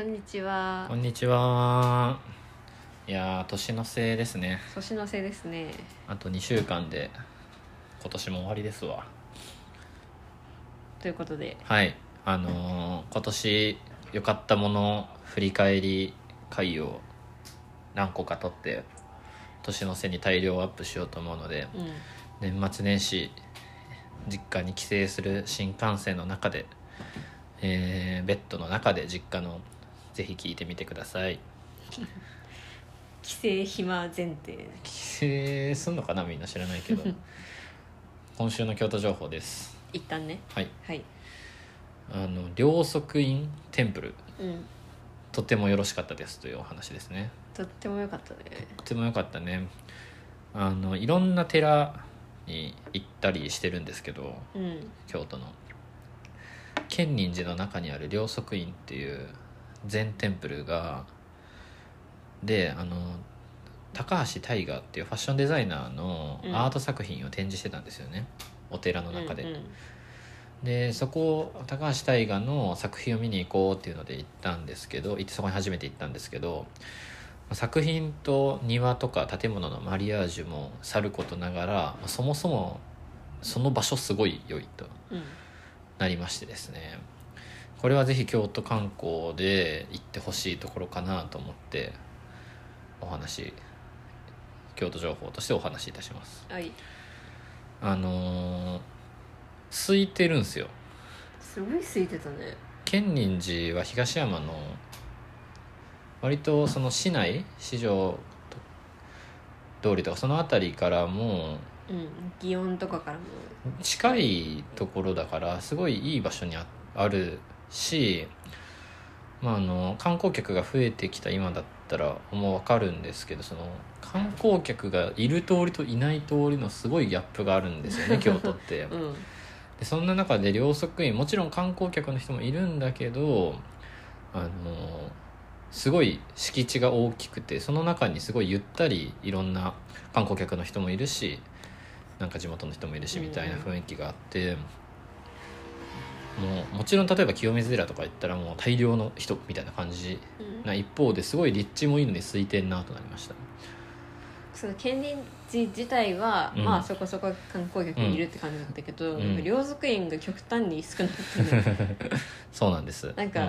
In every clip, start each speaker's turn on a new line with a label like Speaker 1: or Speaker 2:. Speaker 1: んにちは
Speaker 2: こんにちは。いやー、年のせいですね。
Speaker 1: 年の瀬ですね
Speaker 2: あと2週間で、今年も終わりですわ。
Speaker 1: ということで
Speaker 2: はい。あのー、今年良かったもの振り返り会を何個か取って、年の瀬に大量アップしようと思うので、
Speaker 1: うん
Speaker 2: 年末年始、実家に帰省する新幹線の中で、えーベッドの中で実家の、ぜひ聞いてみてください。
Speaker 1: 帰省暇前提
Speaker 2: 帰省すんのかなみんな知らないけど今週の京都情報です
Speaker 1: 一旦ね
Speaker 2: はい
Speaker 1: はい
Speaker 2: あの両足院テンプル
Speaker 1: うん
Speaker 2: とてもよろしかったですというお話ですね
Speaker 1: とっても良かったね
Speaker 2: とても良かったねあのいろんな寺に行ったりしてるんですけど
Speaker 1: うん
Speaker 2: 京都の建仁寺の中にある両足院っていう禅テンプルがであの高橋大河っていうファッションデザイナーの
Speaker 1: うん
Speaker 2: アート作品を展示してたんですよね、お寺の中で、
Speaker 1: うんうん
Speaker 2: でそこ高橋大河の作品を見に行こうっていうので行ったんですけど行ってそこに初めて行ったんですけど作品と庭とか建物のマリアージュもさることながらそもそもその場所すごい良いと
Speaker 1: うん
Speaker 2: なりましてですねこれはぜひ京都観光で行ってほしいところかなと思ってお話京都情報としてお話しいたします
Speaker 1: はい
Speaker 2: あのー空いてるんですよ
Speaker 1: すごい空いてたね
Speaker 2: 建仁寺は東山の割とその市内市場通りとかその辺りからも
Speaker 1: うん祇園とかからも
Speaker 2: 近いところだからすごいいい場所にああるし、まあ、あの観光客が増えてきた今だったらもう分かるんですけどその観光客がいる通りといない通りのすごいギャップがあるんですよね京都って。
Speaker 1: うん
Speaker 2: でそんな中で両足院もちろん観光客の人もいるんだけどあのすごい敷地が大きくてその中にすごいゆったりいろんな観光客の人もいるしなんか地元の人もいるしみたいな雰囲気があって、もうもちろん例えば清水寺とか行ったらもう大量の人みたいな感じ
Speaker 1: うん
Speaker 2: な一方ですごい立地もいいのに空いてんなとなりました。
Speaker 1: その建仁寺自体は、
Speaker 2: うん
Speaker 1: まあそこそこ観光客いるって感じだったけど、
Speaker 2: うん
Speaker 1: なんか両属員が極端に少なくて、 ね
Speaker 2: そうなんです
Speaker 1: なんか
Speaker 2: うん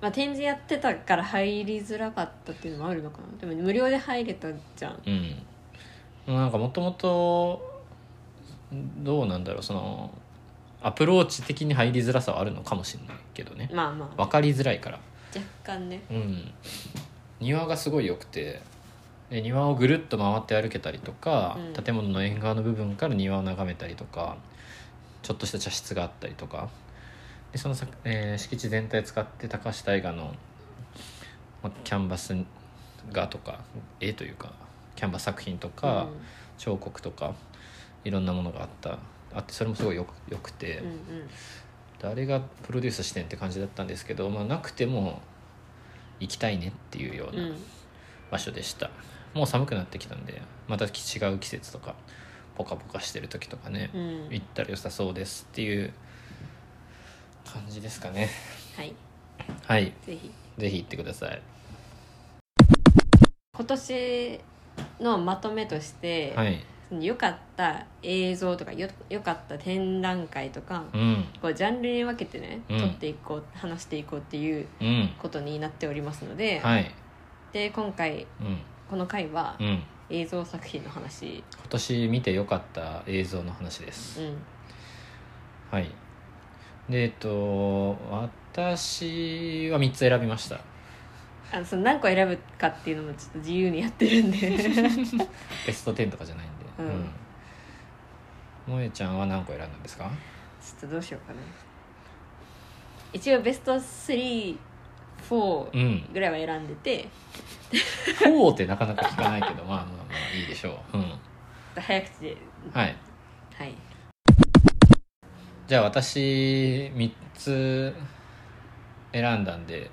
Speaker 1: まあ展示やってたから入りづらかったっていうのもあるのかなでも無料で入れたじゃん
Speaker 2: うん、なんかもともとどうなんだろうそのアプローチ的に入りづらさはあるのかもしれないけどね
Speaker 1: まあまあ
Speaker 2: 分かりづらいから、
Speaker 1: 若干ね
Speaker 2: うん、庭がすごい良くてで庭をぐるっと回って歩けたりとか、
Speaker 1: うん
Speaker 2: 建物の縁側の部分から庭を眺めたりとかちょっとした茶室があったりとかでそのさ、えー敷地全体使って高橋大河のまキャンバス画とか絵というかキャンバス作品とか、彫刻とかいろんなものがあったあってそれもすごいよくよくて、
Speaker 1: うん、うん
Speaker 2: 誰がプロデュースしてんって感じだったんですけど、まあ、なくても行きたいねっていうよう
Speaker 1: うんう
Speaker 2: なん場所でした、もう寒くなってきたんでまた違う季節とかポカポカしてる時とかね、
Speaker 1: うん
Speaker 2: 行ったら良さそうですっていう感じですかね
Speaker 1: はい
Speaker 2: はい
Speaker 1: ぜひ
Speaker 2: ぜひ行ってください
Speaker 1: 今年のまとめとして、
Speaker 2: はい
Speaker 1: その良かった映像とかよ良かった展覧会とか、
Speaker 2: うん
Speaker 1: こうジャンルに分けてね、
Speaker 2: うん
Speaker 1: 撮っていこう話していこうっていう
Speaker 2: うん
Speaker 1: ことになっておりますので、
Speaker 2: はい
Speaker 1: で今回
Speaker 2: うん
Speaker 1: この回は
Speaker 2: うん
Speaker 1: 映像作品の話、
Speaker 2: 今年見て良かった映像の話です
Speaker 1: うん、
Speaker 2: はいでえっと私は3つ選びました
Speaker 1: あのその何個選ぶかっていうのもちょっと自由にやってるんで
Speaker 2: ベスト10とかじゃないんで
Speaker 1: うん
Speaker 2: もえちゃんは何個選んだんですか
Speaker 1: ちょっとどうしようかな一応ベスト
Speaker 2: う
Speaker 1: 34
Speaker 2: ん
Speaker 1: ぐらいは選んでて、
Speaker 2: 4ってなかなか聞かないけど まあまあまあいいでしょううん
Speaker 1: 早口で
Speaker 2: はい
Speaker 1: はい
Speaker 2: じゃあ私3つ選んだんで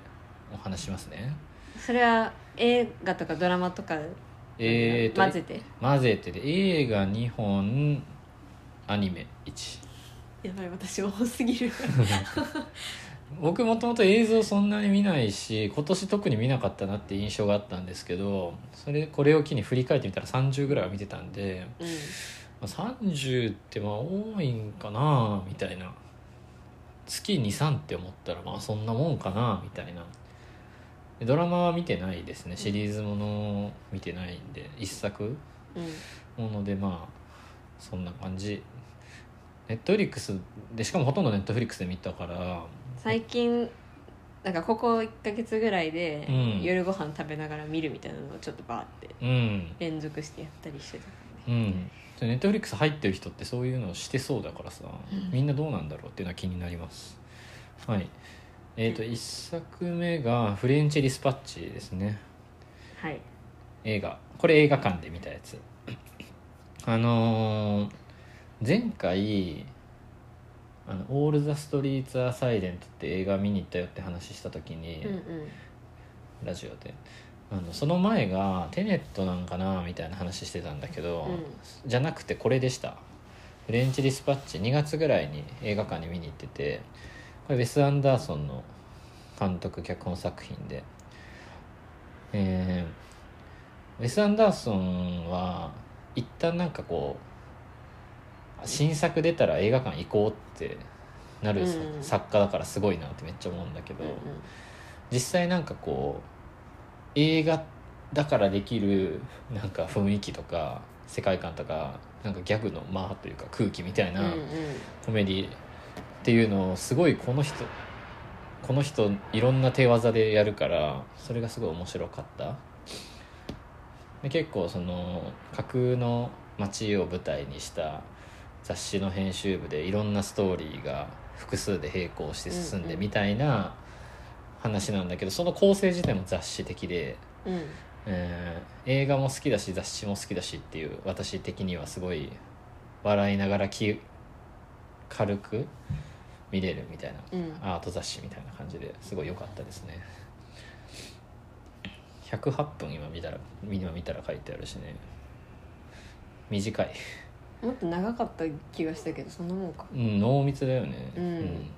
Speaker 2: お話しますね
Speaker 1: それは映画とかドラマとか
Speaker 2: えー、と
Speaker 1: 混ぜて
Speaker 2: 混ぜてで映画2本アニメ1
Speaker 1: やばい私多すぎる
Speaker 2: 僕もともと映像そんなに見ないし今年特に見なかったなって印象があったんですけどそれこれを機に振り返ってみたら30ぐらいは見てたんで、
Speaker 1: うん
Speaker 2: まあ、30ってまあ多いんかなみたいな月23って思ったらまあそんなもんかなみたいなでドラマは見てないですねシリーズもの見てないんで一作
Speaker 1: うん
Speaker 2: ものでまあそんな感じネットフリックスでしかもほとんどネットフリックスで見たから
Speaker 1: 最近なんかここ1ヶ月ぐらいで
Speaker 2: うん
Speaker 1: 夜ご飯食べながら見るみたいなのをちょっとバーって
Speaker 2: うん
Speaker 1: 連続してやったりしてた
Speaker 2: うんネットフリックス入ってる人ってそういうのをしてそうだからさ、
Speaker 1: うん
Speaker 2: みんなどうなんだろうっていうのは気になりますはいえっ、と1作目が「フレンチ・ディスパッチ」ですね
Speaker 1: はい
Speaker 2: 映画これ映画館で見たやつ あのー前回あの「オール・ザ・ストリート・ア・サイレント」って映画見に行ったよって話した時に、
Speaker 1: うんうん
Speaker 2: ラジオであのその前が「テネットなんかな」みたいな話してたんだけど、
Speaker 1: うん
Speaker 2: じゃなくてこれでした「フレンチ・ディスパッチ」2月ぐらいに映画館に見に行っててこれウェス・アンダーソンの監督脚本作品で、えーウェス・アンダーソンは一旦なんかこう新作出たら映画館行こうってなるさ
Speaker 1: うん
Speaker 2: 作家だからすごいなってめっちゃ思うんだけど、
Speaker 1: うんうん
Speaker 2: 実際なんかこう映画だからできるなんか雰囲気とか世界観とかなんかギャグの間というか空気みたい
Speaker 1: う
Speaker 2: な
Speaker 1: んうん
Speaker 2: コメディっていうのをすごいこの人この人いろんな手技でやるからそれがすごい面白かったで結構その架空の街を舞台にした雑誌の編集部でいろんなストーリーが複数で並行して進ん
Speaker 1: うんう
Speaker 2: で
Speaker 1: ん
Speaker 2: みたいな話なんだけどその構成自体も雑誌的で
Speaker 1: うん
Speaker 2: えー映画も好きだし雑誌も好きだしっていう私的にはすごい笑いながら気軽く見れるみたいな
Speaker 1: うん
Speaker 2: アート雑誌みたいな感じですごい良かったですね108分今見たら今見たら書いてあるしね短い、
Speaker 1: もっと長かった気がしたけどそんなもんか
Speaker 2: うん、濃密だよね
Speaker 1: うんで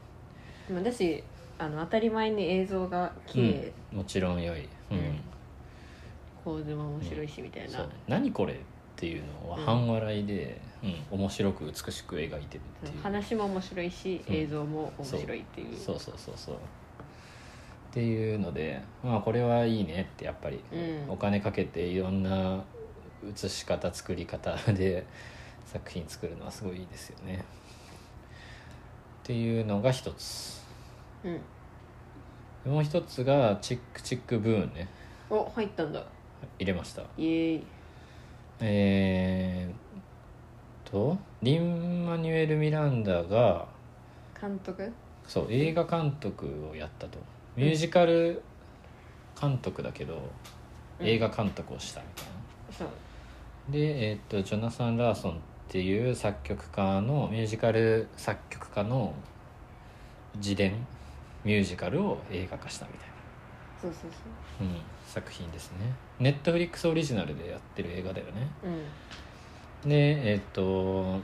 Speaker 1: も私あの当たり前に映像が綺麗、
Speaker 2: うんもちろん良い、うん
Speaker 1: うん構図も面白いしみたい
Speaker 2: そ
Speaker 1: な、
Speaker 2: う何これっていうのは半笑いで、うん面白く美しく描いてるっていう
Speaker 1: 話も面白いし
Speaker 2: うん
Speaker 1: 映像も面白いっていう
Speaker 2: そうそうそうそうっていうのでまあこれはいいねってやっぱり、
Speaker 1: うん
Speaker 2: お金かけていろんな写し方作り方で作品作るのはすごいいいですよねっていうのが一つ
Speaker 1: うん、
Speaker 2: もう一つがチックチックブーンね
Speaker 1: お入ったんだ
Speaker 2: 入れました
Speaker 1: イエーイ
Speaker 2: えー、とリン・マニュエル・ミランダが
Speaker 1: 監督
Speaker 2: そう映画監督をやったとミュージカル監督だけど、
Speaker 1: うん
Speaker 2: 映画監督をしたみたいな、
Speaker 1: そう
Speaker 2: で、えーっとジョナサン・ラーソンっていう作曲家のミュージカル作曲家の自伝ミュージカルを映画化したみたい
Speaker 1: そうそうそ
Speaker 2: な、うん、作品ですねネットフリックスオリジナルでやってる映画だよね
Speaker 1: ううん
Speaker 2: でえーっと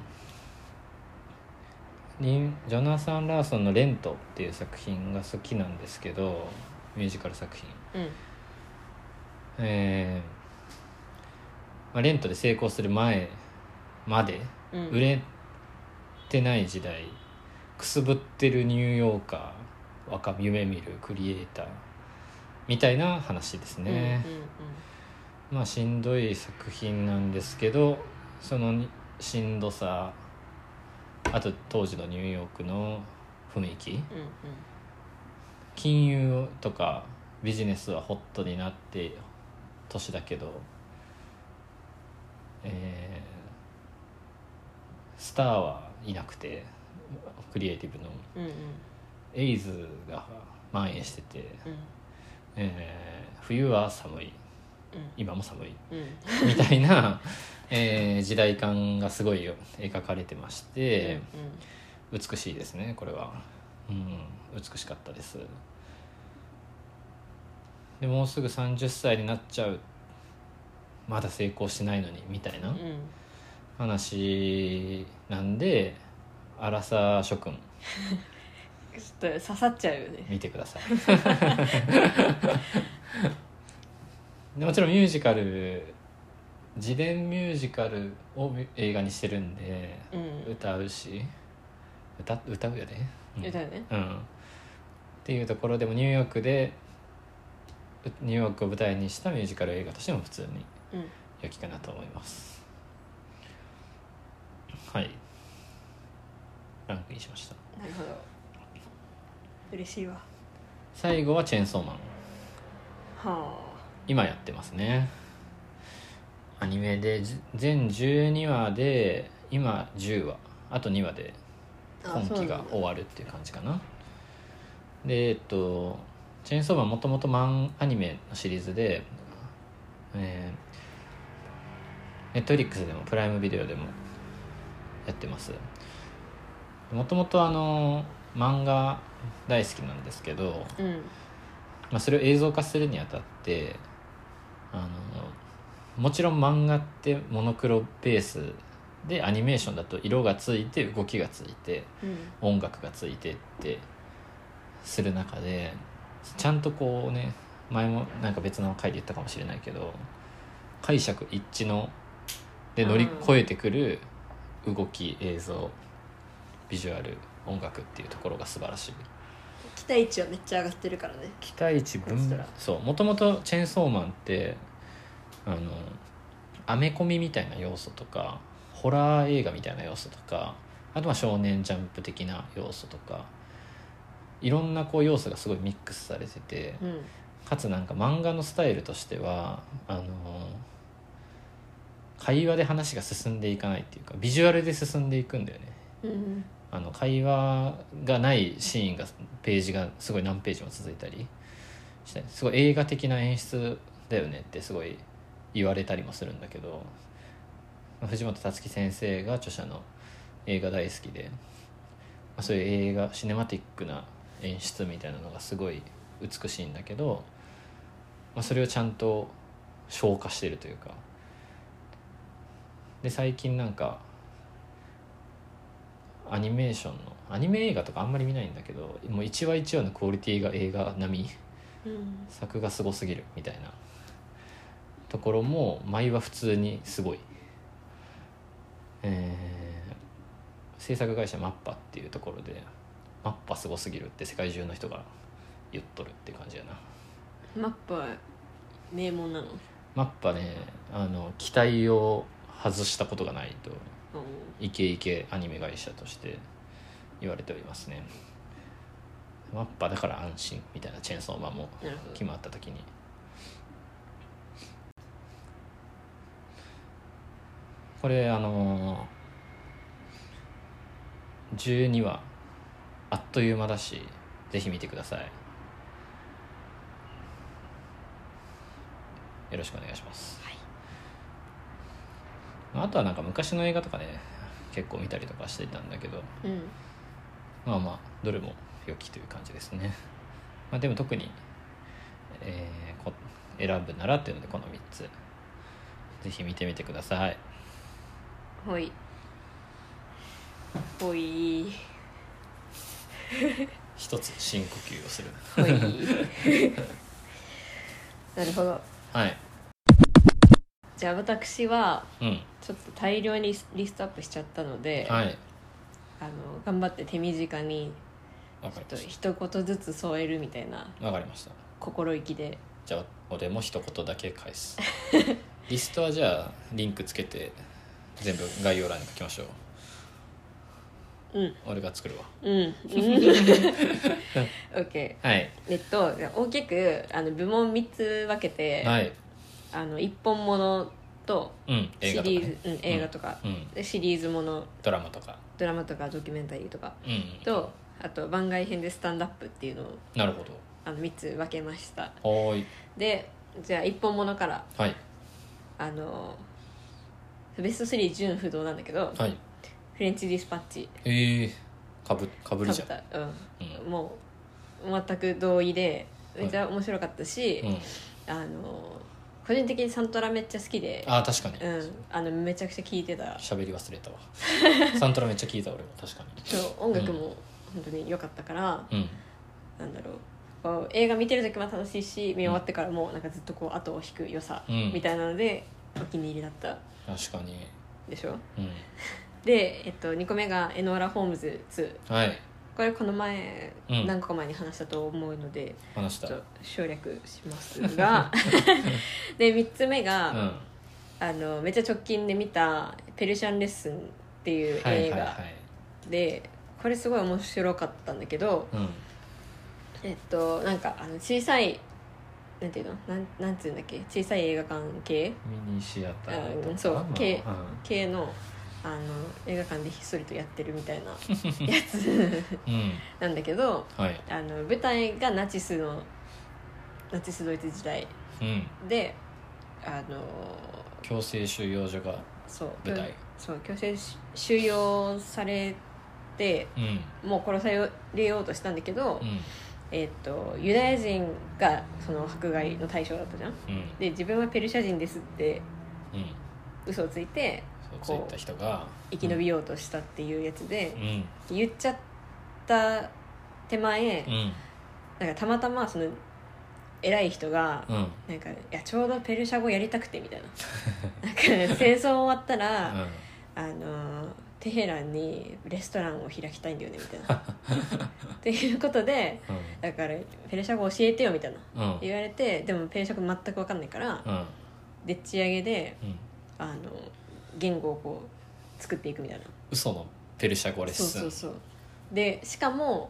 Speaker 2: リンジョナサン・ラーソンの「レント」っていう作品が好きなんですけどミュージカル作品
Speaker 1: うん
Speaker 2: えーまあ、レントで成功する前まで
Speaker 1: うん
Speaker 2: 売れてない時代くすぶってるニューヨーカー若夢見るクリエイターみたいな話です
Speaker 1: うん
Speaker 2: ね、
Speaker 1: うんうん
Speaker 2: まあしんどい作品なんですけどそのしんどさあと当時のニューヨークの雰囲気
Speaker 1: うん
Speaker 2: 金融とかビジネスはホットになって年だけど、えースターはいなくてクリエイティブの
Speaker 1: うんうん
Speaker 2: エイズが蔓延してて、
Speaker 1: うん
Speaker 2: えー冬は寒い
Speaker 1: うん
Speaker 2: 今も寒い
Speaker 1: うん
Speaker 2: みたいな、 えー時代感がすごいよ描かれてまして。美しいですねこれはうん美しかったですでもうすぐ30歳になっちゃうまだ成功しないのにみたい
Speaker 1: うん
Speaker 2: な
Speaker 1: うん
Speaker 2: 話なんでアラサー諸君
Speaker 1: ちょっと刺さっちゃうよね
Speaker 2: 見てください でもちろんミュージカル自伝ミュージカルを映画にしてるんで
Speaker 1: うん
Speaker 2: 歌うし歌歌うよね、うん
Speaker 1: 歌うね
Speaker 2: うん、っていうところでもニューヨークでニューヨークを舞台にしたミュージカル映画としても普通に
Speaker 1: うん
Speaker 2: 良きかなと思いますはいランクインしました
Speaker 1: なるほど嬉しいわは
Speaker 2: 最後はチェーンソーマン
Speaker 1: あ
Speaker 2: 今やってますねアニメでじ全12話で今10話あと2話で今期が終わるっていう感じかなでえっと「チェーンソーマン」もともとマンアニメのシリーズでえネットフリックスでもプライムビデオでもやってますもともとあの漫画大好きなんですけど
Speaker 1: そうなんだ
Speaker 2: まあ、それを映像化するにあたってあのもちろん漫画ってモノクロベースでアニメーションだと色がついて動きがついて
Speaker 1: うん
Speaker 2: 音楽がついてってする中でちゃんとこうね前もなんか別の回で言ったかもしれないけど解釈一致ので乗り越えてくる動き映像ビジュアル音楽っていうところが素晴らしい。
Speaker 1: 期待値はめっちゃ上がってるからね
Speaker 2: 期待値
Speaker 1: こいつ
Speaker 2: 分
Speaker 1: ら
Speaker 2: そうもともと「チェーンソーマン」ってあのアメコミみたいな要素とかホラー映画みたいな要素とかあとは少年ジャンプ的な要素とかいろんなこう要素がすごいミックスされてて
Speaker 1: うん
Speaker 2: かつなんか漫画のスタイルとしてはあの会話で話が進んでいかないっていうかビジュアルで進んでいくんだよね
Speaker 1: うん
Speaker 2: あの会話がないシーンがページがすごい何ページも続いたりしてすごい映画的な演出だよねってすごい言われたりもするんだけど藤本つ樹先生が著者の映画大好きで、まあ、そういう映画シネマティックな演出みたいなのがすごい美しいんだけど、まあ、それをちゃんと消化してるというかで最近なんかアニメーションのアニメ映画とかあんまり見ないんだけどもう一話一話のクオリティが映画並み
Speaker 1: うん
Speaker 2: 作がすごすぎるみたいなところも毎は普通にすごい、えー制作会社マッパっていうところでマッパすごすぎるって世界中の人が言っとるって感じやな
Speaker 1: マップは名門なの
Speaker 2: マッパねあの期待を外したことがないとイケイケアニメ会社として言われておりますねマッパだから安心みたいなチェーンソーマンも
Speaker 1: なるほど
Speaker 2: 決まった時にこれあのー、12話あっという間だしぜひ見てくださいよろしくお願いします、あとはなんか昔の映画とかね結構見たりとかしていたんだけど
Speaker 1: うんうん
Speaker 2: まあまあどれも良きという感じですね、 まあ、でも特に、えーこ選ぶならっていうのでこの3つぜひ見てみてください
Speaker 1: ほいほい
Speaker 2: 一つ深呼吸をする
Speaker 1: ほい なるほど
Speaker 2: はい
Speaker 1: じゃあ私は
Speaker 2: うん
Speaker 1: ちょっと大量にリストアップしちゃったので、
Speaker 2: はい
Speaker 1: あの頑張って手短に
Speaker 2: わ
Speaker 1: ち
Speaker 2: か
Speaker 1: ょっ
Speaker 2: り
Speaker 1: と
Speaker 2: まし
Speaker 1: 一言ずつ添えるみたいな
Speaker 2: たわかりました
Speaker 1: 心意気で
Speaker 2: じゃあ俺も一言だけ返 すリストはじゃあリンクつけて全部概要欄に書きましょう
Speaker 1: うん
Speaker 2: 俺が作るわ
Speaker 1: うん OK
Speaker 2: はい
Speaker 1: えっと大きくあの部門3つ分けて、
Speaker 2: はい
Speaker 1: あの一本ものと
Speaker 2: うん映
Speaker 1: シ
Speaker 2: 画とか、
Speaker 1: リーズ
Speaker 2: ね、
Speaker 1: うん、映画とか、
Speaker 2: うん
Speaker 1: でシリーズもの
Speaker 2: ドラマとか
Speaker 1: ドラマとかドキュメンタリーとか
Speaker 2: うんうん
Speaker 1: とあと番外編でスタンダップっていうのを
Speaker 2: なるほど
Speaker 1: あの3つ分けました
Speaker 2: はーい
Speaker 1: でじゃあ一本ものから
Speaker 2: はい
Speaker 1: あのベスト3準不動なんだけど、
Speaker 2: はい
Speaker 1: フレンチディスパッチ
Speaker 2: ええかぶかぶりじゃん
Speaker 1: 食べた、うん
Speaker 2: うん
Speaker 1: もう全く同意でめっちゃ面白かったし、
Speaker 2: うん、
Speaker 1: あの個人的にサントラめっちゃ好きで、
Speaker 2: ああ確かに
Speaker 1: うん、あのめちゃくちゃ聴いてた
Speaker 2: 喋、り忘れたわサントラめっちゃ聞いた俺も確かに
Speaker 1: そう音楽も本当に良かったから
Speaker 2: うん
Speaker 1: なんだろうこう映画見てる時も楽しいし見終わってからもなんかずっとこう後を引く良さ
Speaker 2: うん
Speaker 1: みたいなのでお気に入りだった
Speaker 2: 確かに
Speaker 1: でしょ
Speaker 2: うん
Speaker 1: で、えっと、2個目が「エノーラ・ホームズ2
Speaker 2: はい」
Speaker 1: これこの前、
Speaker 2: うん
Speaker 1: 何個か前に話したと思うので
Speaker 2: 話し
Speaker 1: ち
Speaker 2: た
Speaker 1: ょっ
Speaker 2: う
Speaker 1: と省略します がで3つ目が、
Speaker 2: ん
Speaker 1: あのめっちゃ直近で見た「ペルシャン・レッスン」っていう
Speaker 2: はい
Speaker 1: 映
Speaker 2: はいは
Speaker 1: 画でこれすごい面白かったんだけど
Speaker 2: いうん
Speaker 1: えっとなんかあの小さいなんていうのなんなんていうんだっけ小さい映画館系
Speaker 2: ミニシアターと
Speaker 1: う
Speaker 2: か
Speaker 1: んそう
Speaker 2: まあ
Speaker 1: け
Speaker 2: う
Speaker 1: 系のあの映画館でひっそりとやってるみた いなやつ
Speaker 2: んうん
Speaker 1: なんだけど
Speaker 2: はい
Speaker 1: あの舞台がナチスのナチスドイツ時代
Speaker 2: うん
Speaker 1: であの
Speaker 2: 強制収容所が
Speaker 1: そう
Speaker 2: 舞台
Speaker 1: そう強制収容されて
Speaker 2: うん
Speaker 1: もう殺されようとしたんだけど、
Speaker 2: うん
Speaker 1: えっとユダヤ人がその迫害の対象だったじゃん
Speaker 2: うん
Speaker 1: で自分はペルシャ人ですって
Speaker 2: うん
Speaker 1: 嘘をついて
Speaker 2: そうついた人が
Speaker 1: 生き延びようとしたっていうやつで
Speaker 2: う、ん
Speaker 1: 言っちゃった手前、
Speaker 2: うん
Speaker 1: なんかたまたまその偉い人が、
Speaker 2: うんうん
Speaker 1: なんかいやちょうどペルシャ語やりたくてみ たいななんか戦争終わったら、あのーテヘランにレストランを開きたいんだよねみた いな。っていうことで
Speaker 2: う
Speaker 1: だからペルシャ語教えてよみたいなん
Speaker 2: うん
Speaker 1: 言われてでもペルシャ語全く分かんないから
Speaker 2: うん
Speaker 1: でっち上げで
Speaker 2: うん
Speaker 1: あの言語をこう作っていくみたいな
Speaker 2: 嘘のペルシャ語レッ
Speaker 1: そう
Speaker 2: スン
Speaker 1: そうそうでしかも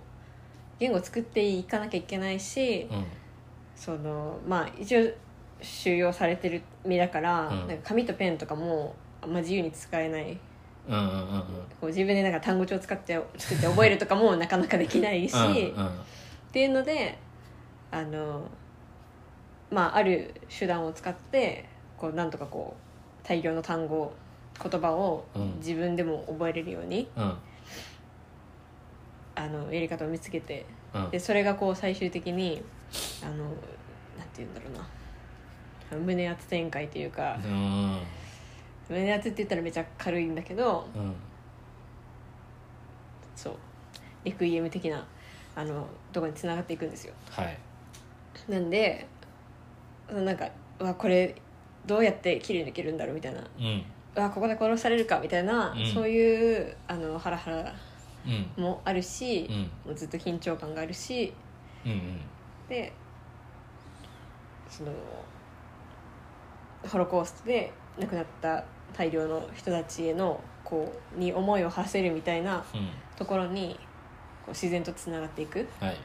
Speaker 1: 言語を作っていかなきゃいけないし、
Speaker 2: うん
Speaker 1: そのまあ一応収容されてる身だから、
Speaker 2: うん
Speaker 1: なんか紙とペンとかもあんま自由に使えない
Speaker 2: うんうんうんうん
Speaker 1: こう自分でなんか単語帳使って作って覚えるとかもなかなかできないし、
Speaker 2: う
Speaker 1: っ
Speaker 2: んうん
Speaker 1: ていうのであの、まあ、ある手段を使ってこうなんとかこう大量の単語言葉を
Speaker 2: うん
Speaker 1: 自分でも覚えれるように、
Speaker 2: うん
Speaker 1: あのやり方を見つけて
Speaker 2: うん
Speaker 1: でそれがこう最終的にあのなんて言うんだろうな胸圧展開というか
Speaker 2: うん
Speaker 1: 胸圧って言ったらめちゃ軽いんだけど
Speaker 2: うん
Speaker 1: そうリクイエム的なあのとこに繋がっていくんですよ
Speaker 2: はい
Speaker 1: なんでそのなんかうわこれどうやって切り抜けるんだろうみたいな
Speaker 2: うん
Speaker 1: うわここで殺されるかみたいな、
Speaker 2: うん
Speaker 1: そういうあのハラハラ
Speaker 2: うん
Speaker 1: もあるし
Speaker 2: う、ん
Speaker 1: もうずっと緊張感があるし
Speaker 2: うんうん
Speaker 1: でそのホロコーストで亡くなった大量の人たちへのこうに思いを馳せるみたいな
Speaker 2: うん
Speaker 1: ところにこう自然とつながっていくっ
Speaker 2: はい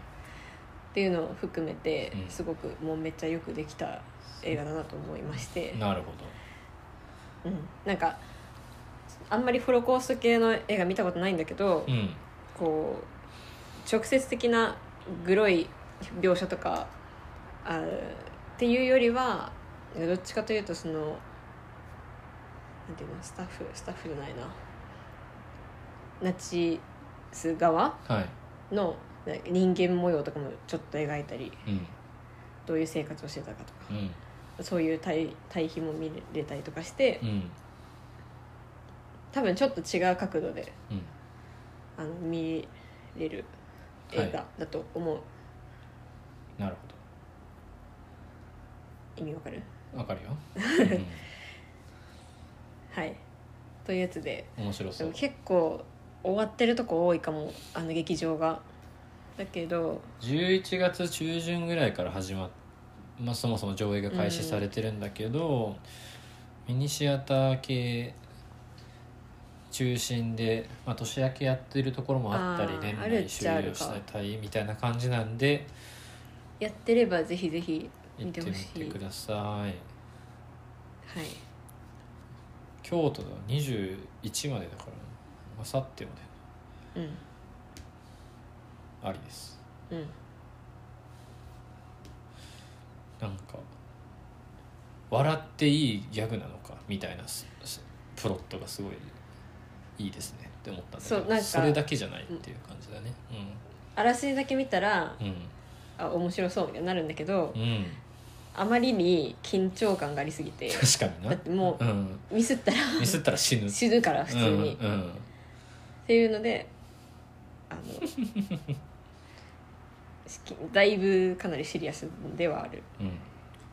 Speaker 1: ていうのを含めて
Speaker 2: うん
Speaker 1: すごくもうめっちゃよくできた映画だなと思いまして、
Speaker 2: なるほ
Speaker 1: うん、なんかあんまりホロコースト系の映画見たことないんだけど、
Speaker 2: どうん
Speaker 1: こう直接的なグロい描写とかあーっていうよりはどっちかというとそのなんていうのスタッフスタッフじゃないなナチス側
Speaker 2: はい
Speaker 1: のなんか人間模様とかもちょっと描いたり
Speaker 2: うん
Speaker 1: どういう生活をしてたかと
Speaker 2: う
Speaker 1: か
Speaker 2: ん
Speaker 1: そういう対対比も見れたりとかして
Speaker 2: うん
Speaker 1: 多分ちょっと違う角度で
Speaker 2: うん
Speaker 1: あの見れる映画だと思う、
Speaker 2: なる
Speaker 1: 意味わかる
Speaker 2: ほどわかるよ
Speaker 1: はいというやつで
Speaker 2: うん面白
Speaker 1: で
Speaker 2: そ
Speaker 1: も
Speaker 2: う
Speaker 1: 結構終わってるとこ多いかもあの劇場がだけど
Speaker 2: 11月中旬ぐらいから始まっ、まあ、そもそも上映が開始されてるんだけど、ミニシアター系中心で、まあ、年明けやってるところもあったり
Speaker 1: あー
Speaker 2: 年
Speaker 1: ある
Speaker 2: 内
Speaker 1: っ
Speaker 2: 終
Speaker 1: ちゃある
Speaker 2: 了
Speaker 1: か
Speaker 2: したりみたいな感じなんで
Speaker 1: やってればぜひぜひ
Speaker 2: 行っ
Speaker 1: 見
Speaker 2: て
Speaker 1: てほ
Speaker 2: み
Speaker 1: しい
Speaker 2: てください
Speaker 1: はい
Speaker 2: 京都だ21までだからあさってま
Speaker 1: う
Speaker 2: でありです
Speaker 1: んうん
Speaker 2: なんか笑っていいギャグなのかみたいなすすプロットがすごいいいですねって思ったんだけ
Speaker 1: そう
Speaker 2: ど
Speaker 1: なんか
Speaker 2: それだけじゃないっていう感じだね
Speaker 1: あらすじだけ見たら
Speaker 2: うん
Speaker 1: あ面白そうみたいになるんだけど
Speaker 2: うん、うん、
Speaker 1: あまりに緊張感がありすぎ て
Speaker 2: 確かにな、
Speaker 1: だってもうんミスったら
Speaker 2: ミスったら死ぬ
Speaker 1: 死ぬから普通に、
Speaker 2: うんうん
Speaker 1: っていうのでああの しきだいぶかなりシリアスではある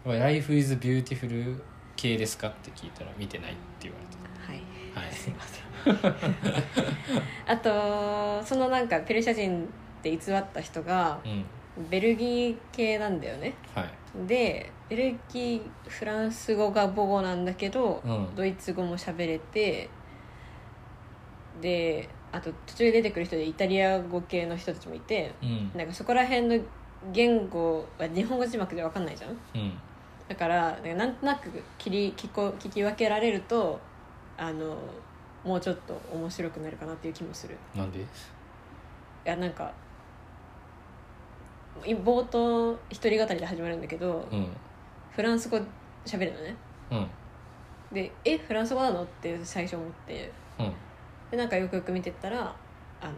Speaker 2: うん「Life is Beautiful」系ですかって聞いたら見てないって言わ
Speaker 1: は
Speaker 2: れ
Speaker 1: い
Speaker 2: たはい
Speaker 1: すいませんあとそのなんかペルシャ人って偽った人が
Speaker 2: うん
Speaker 1: ベルギー系なんだよね
Speaker 2: はい
Speaker 1: でベルギーフランス語が母語なんだけど、
Speaker 2: うん
Speaker 1: ドイツ語も喋れてであと途中で出てくる人でイタリア語系の人たちもいて
Speaker 2: うん
Speaker 1: なんかそこら辺の言語は日本語字幕で分かんないじゃん
Speaker 2: うん
Speaker 1: だからなんかなんとなく切り聞こ聞き分けられるとあのもうちょっと面白くなるかなっていう気もする
Speaker 2: なんで
Speaker 1: いやなんかい冒頭一人語りで始まるんだけど、
Speaker 2: うん
Speaker 1: フランス語喋るのね
Speaker 2: うん
Speaker 1: で「えフランス語なの?」って最初思って
Speaker 2: うん
Speaker 1: でなんかよくよく見てったらあの、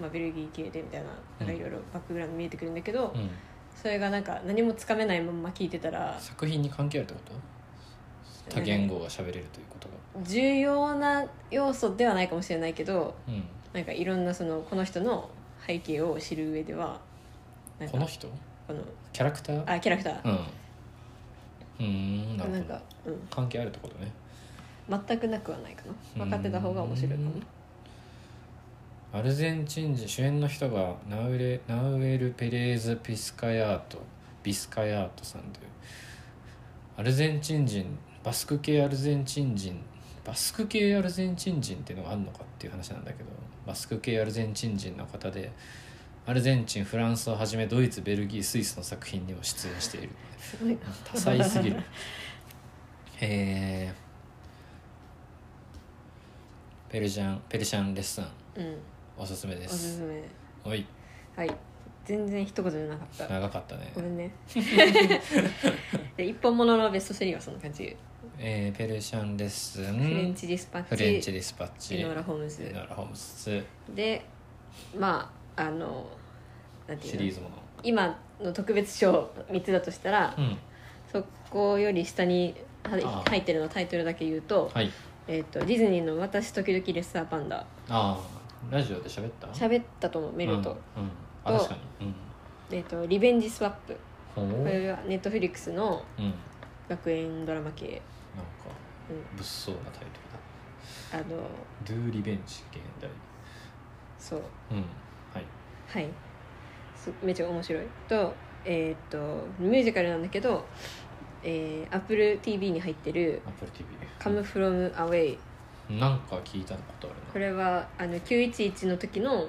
Speaker 1: まあ、ベルギー系でみたいななんかいろいろバックグラウンド見えてくるんだけど、
Speaker 2: うん
Speaker 1: それがなんか何もつかめないまんま聞いてたら
Speaker 2: 作品に関係あるってこと多言語が喋れるということが
Speaker 1: 重要な要素ではないかもしれないけど
Speaker 2: うん
Speaker 1: なんかいろんなそのこの人の背景を知る上ではなんか
Speaker 2: この人
Speaker 1: この
Speaker 2: キャラクター
Speaker 1: あキャラクター
Speaker 2: うんうーんなる
Speaker 1: なん
Speaker 2: ほど
Speaker 1: か、うん、
Speaker 2: 関係あるってことね
Speaker 1: 全くなくはないかな分かってた方が面白いかも
Speaker 2: うんアルゼンチン人主演の人がナウレナウエル・ペレーズ・ピスカヤートビスカヤートさんというアルゼンチン人バスク系アルゼンチン人バスク系アルゼンチン人っていうのがあるのかっていう話なんだけどバスク系アルゼンチン人の方でアルゼンチンフランスをはじめドイツベルギースイスの作品にも出演している
Speaker 1: すごいな
Speaker 2: 多彩すぎるえー、ペルジャンペルシャンレッスン
Speaker 1: うん
Speaker 2: おすすめで
Speaker 1: おす
Speaker 2: す
Speaker 1: すめ
Speaker 2: おい
Speaker 1: はい全然一言じゃなかった
Speaker 2: 長かったね
Speaker 1: ご、めんね で一本もののベスト3はそんな感じ
Speaker 2: えーペルシャンレッスン
Speaker 1: フレンチディスパッチ
Speaker 2: フレンチディスパッチ
Speaker 1: イノーラ・ホームズ
Speaker 2: エノーラホームズ
Speaker 1: でまああのなんていう
Speaker 2: シ
Speaker 1: の
Speaker 2: リーズもの
Speaker 1: 今の特別賞3つだとしたら、
Speaker 2: うん
Speaker 1: そこより下には
Speaker 2: あー
Speaker 1: 入ってるのタイトルだけ言うと,、
Speaker 2: はい
Speaker 1: えー、とディズニーの「私時々レッサーパンダ
Speaker 2: ああラジオで喋った」
Speaker 1: 喋ったと思うメルと,、
Speaker 2: うん、うんあ確かに
Speaker 1: えー、と「リベンジスワップ」
Speaker 2: うんほう
Speaker 1: こ
Speaker 2: うん
Speaker 1: れはネットフリックスの
Speaker 2: なん
Speaker 1: 学園ドラマ系
Speaker 2: か
Speaker 1: うん
Speaker 2: 物騒なタイトルだ
Speaker 1: あの
Speaker 2: 「ドゥ・リベンジ」現代
Speaker 1: そう
Speaker 2: うんはい
Speaker 1: はいすめちゃ面白いとえっ、とミュージカルなんだけど、えー、AppleTV に入ってる
Speaker 2: アップル TV
Speaker 1: 「Come From Away」
Speaker 2: なんか聞いたことあるな
Speaker 1: これはあの911の時の、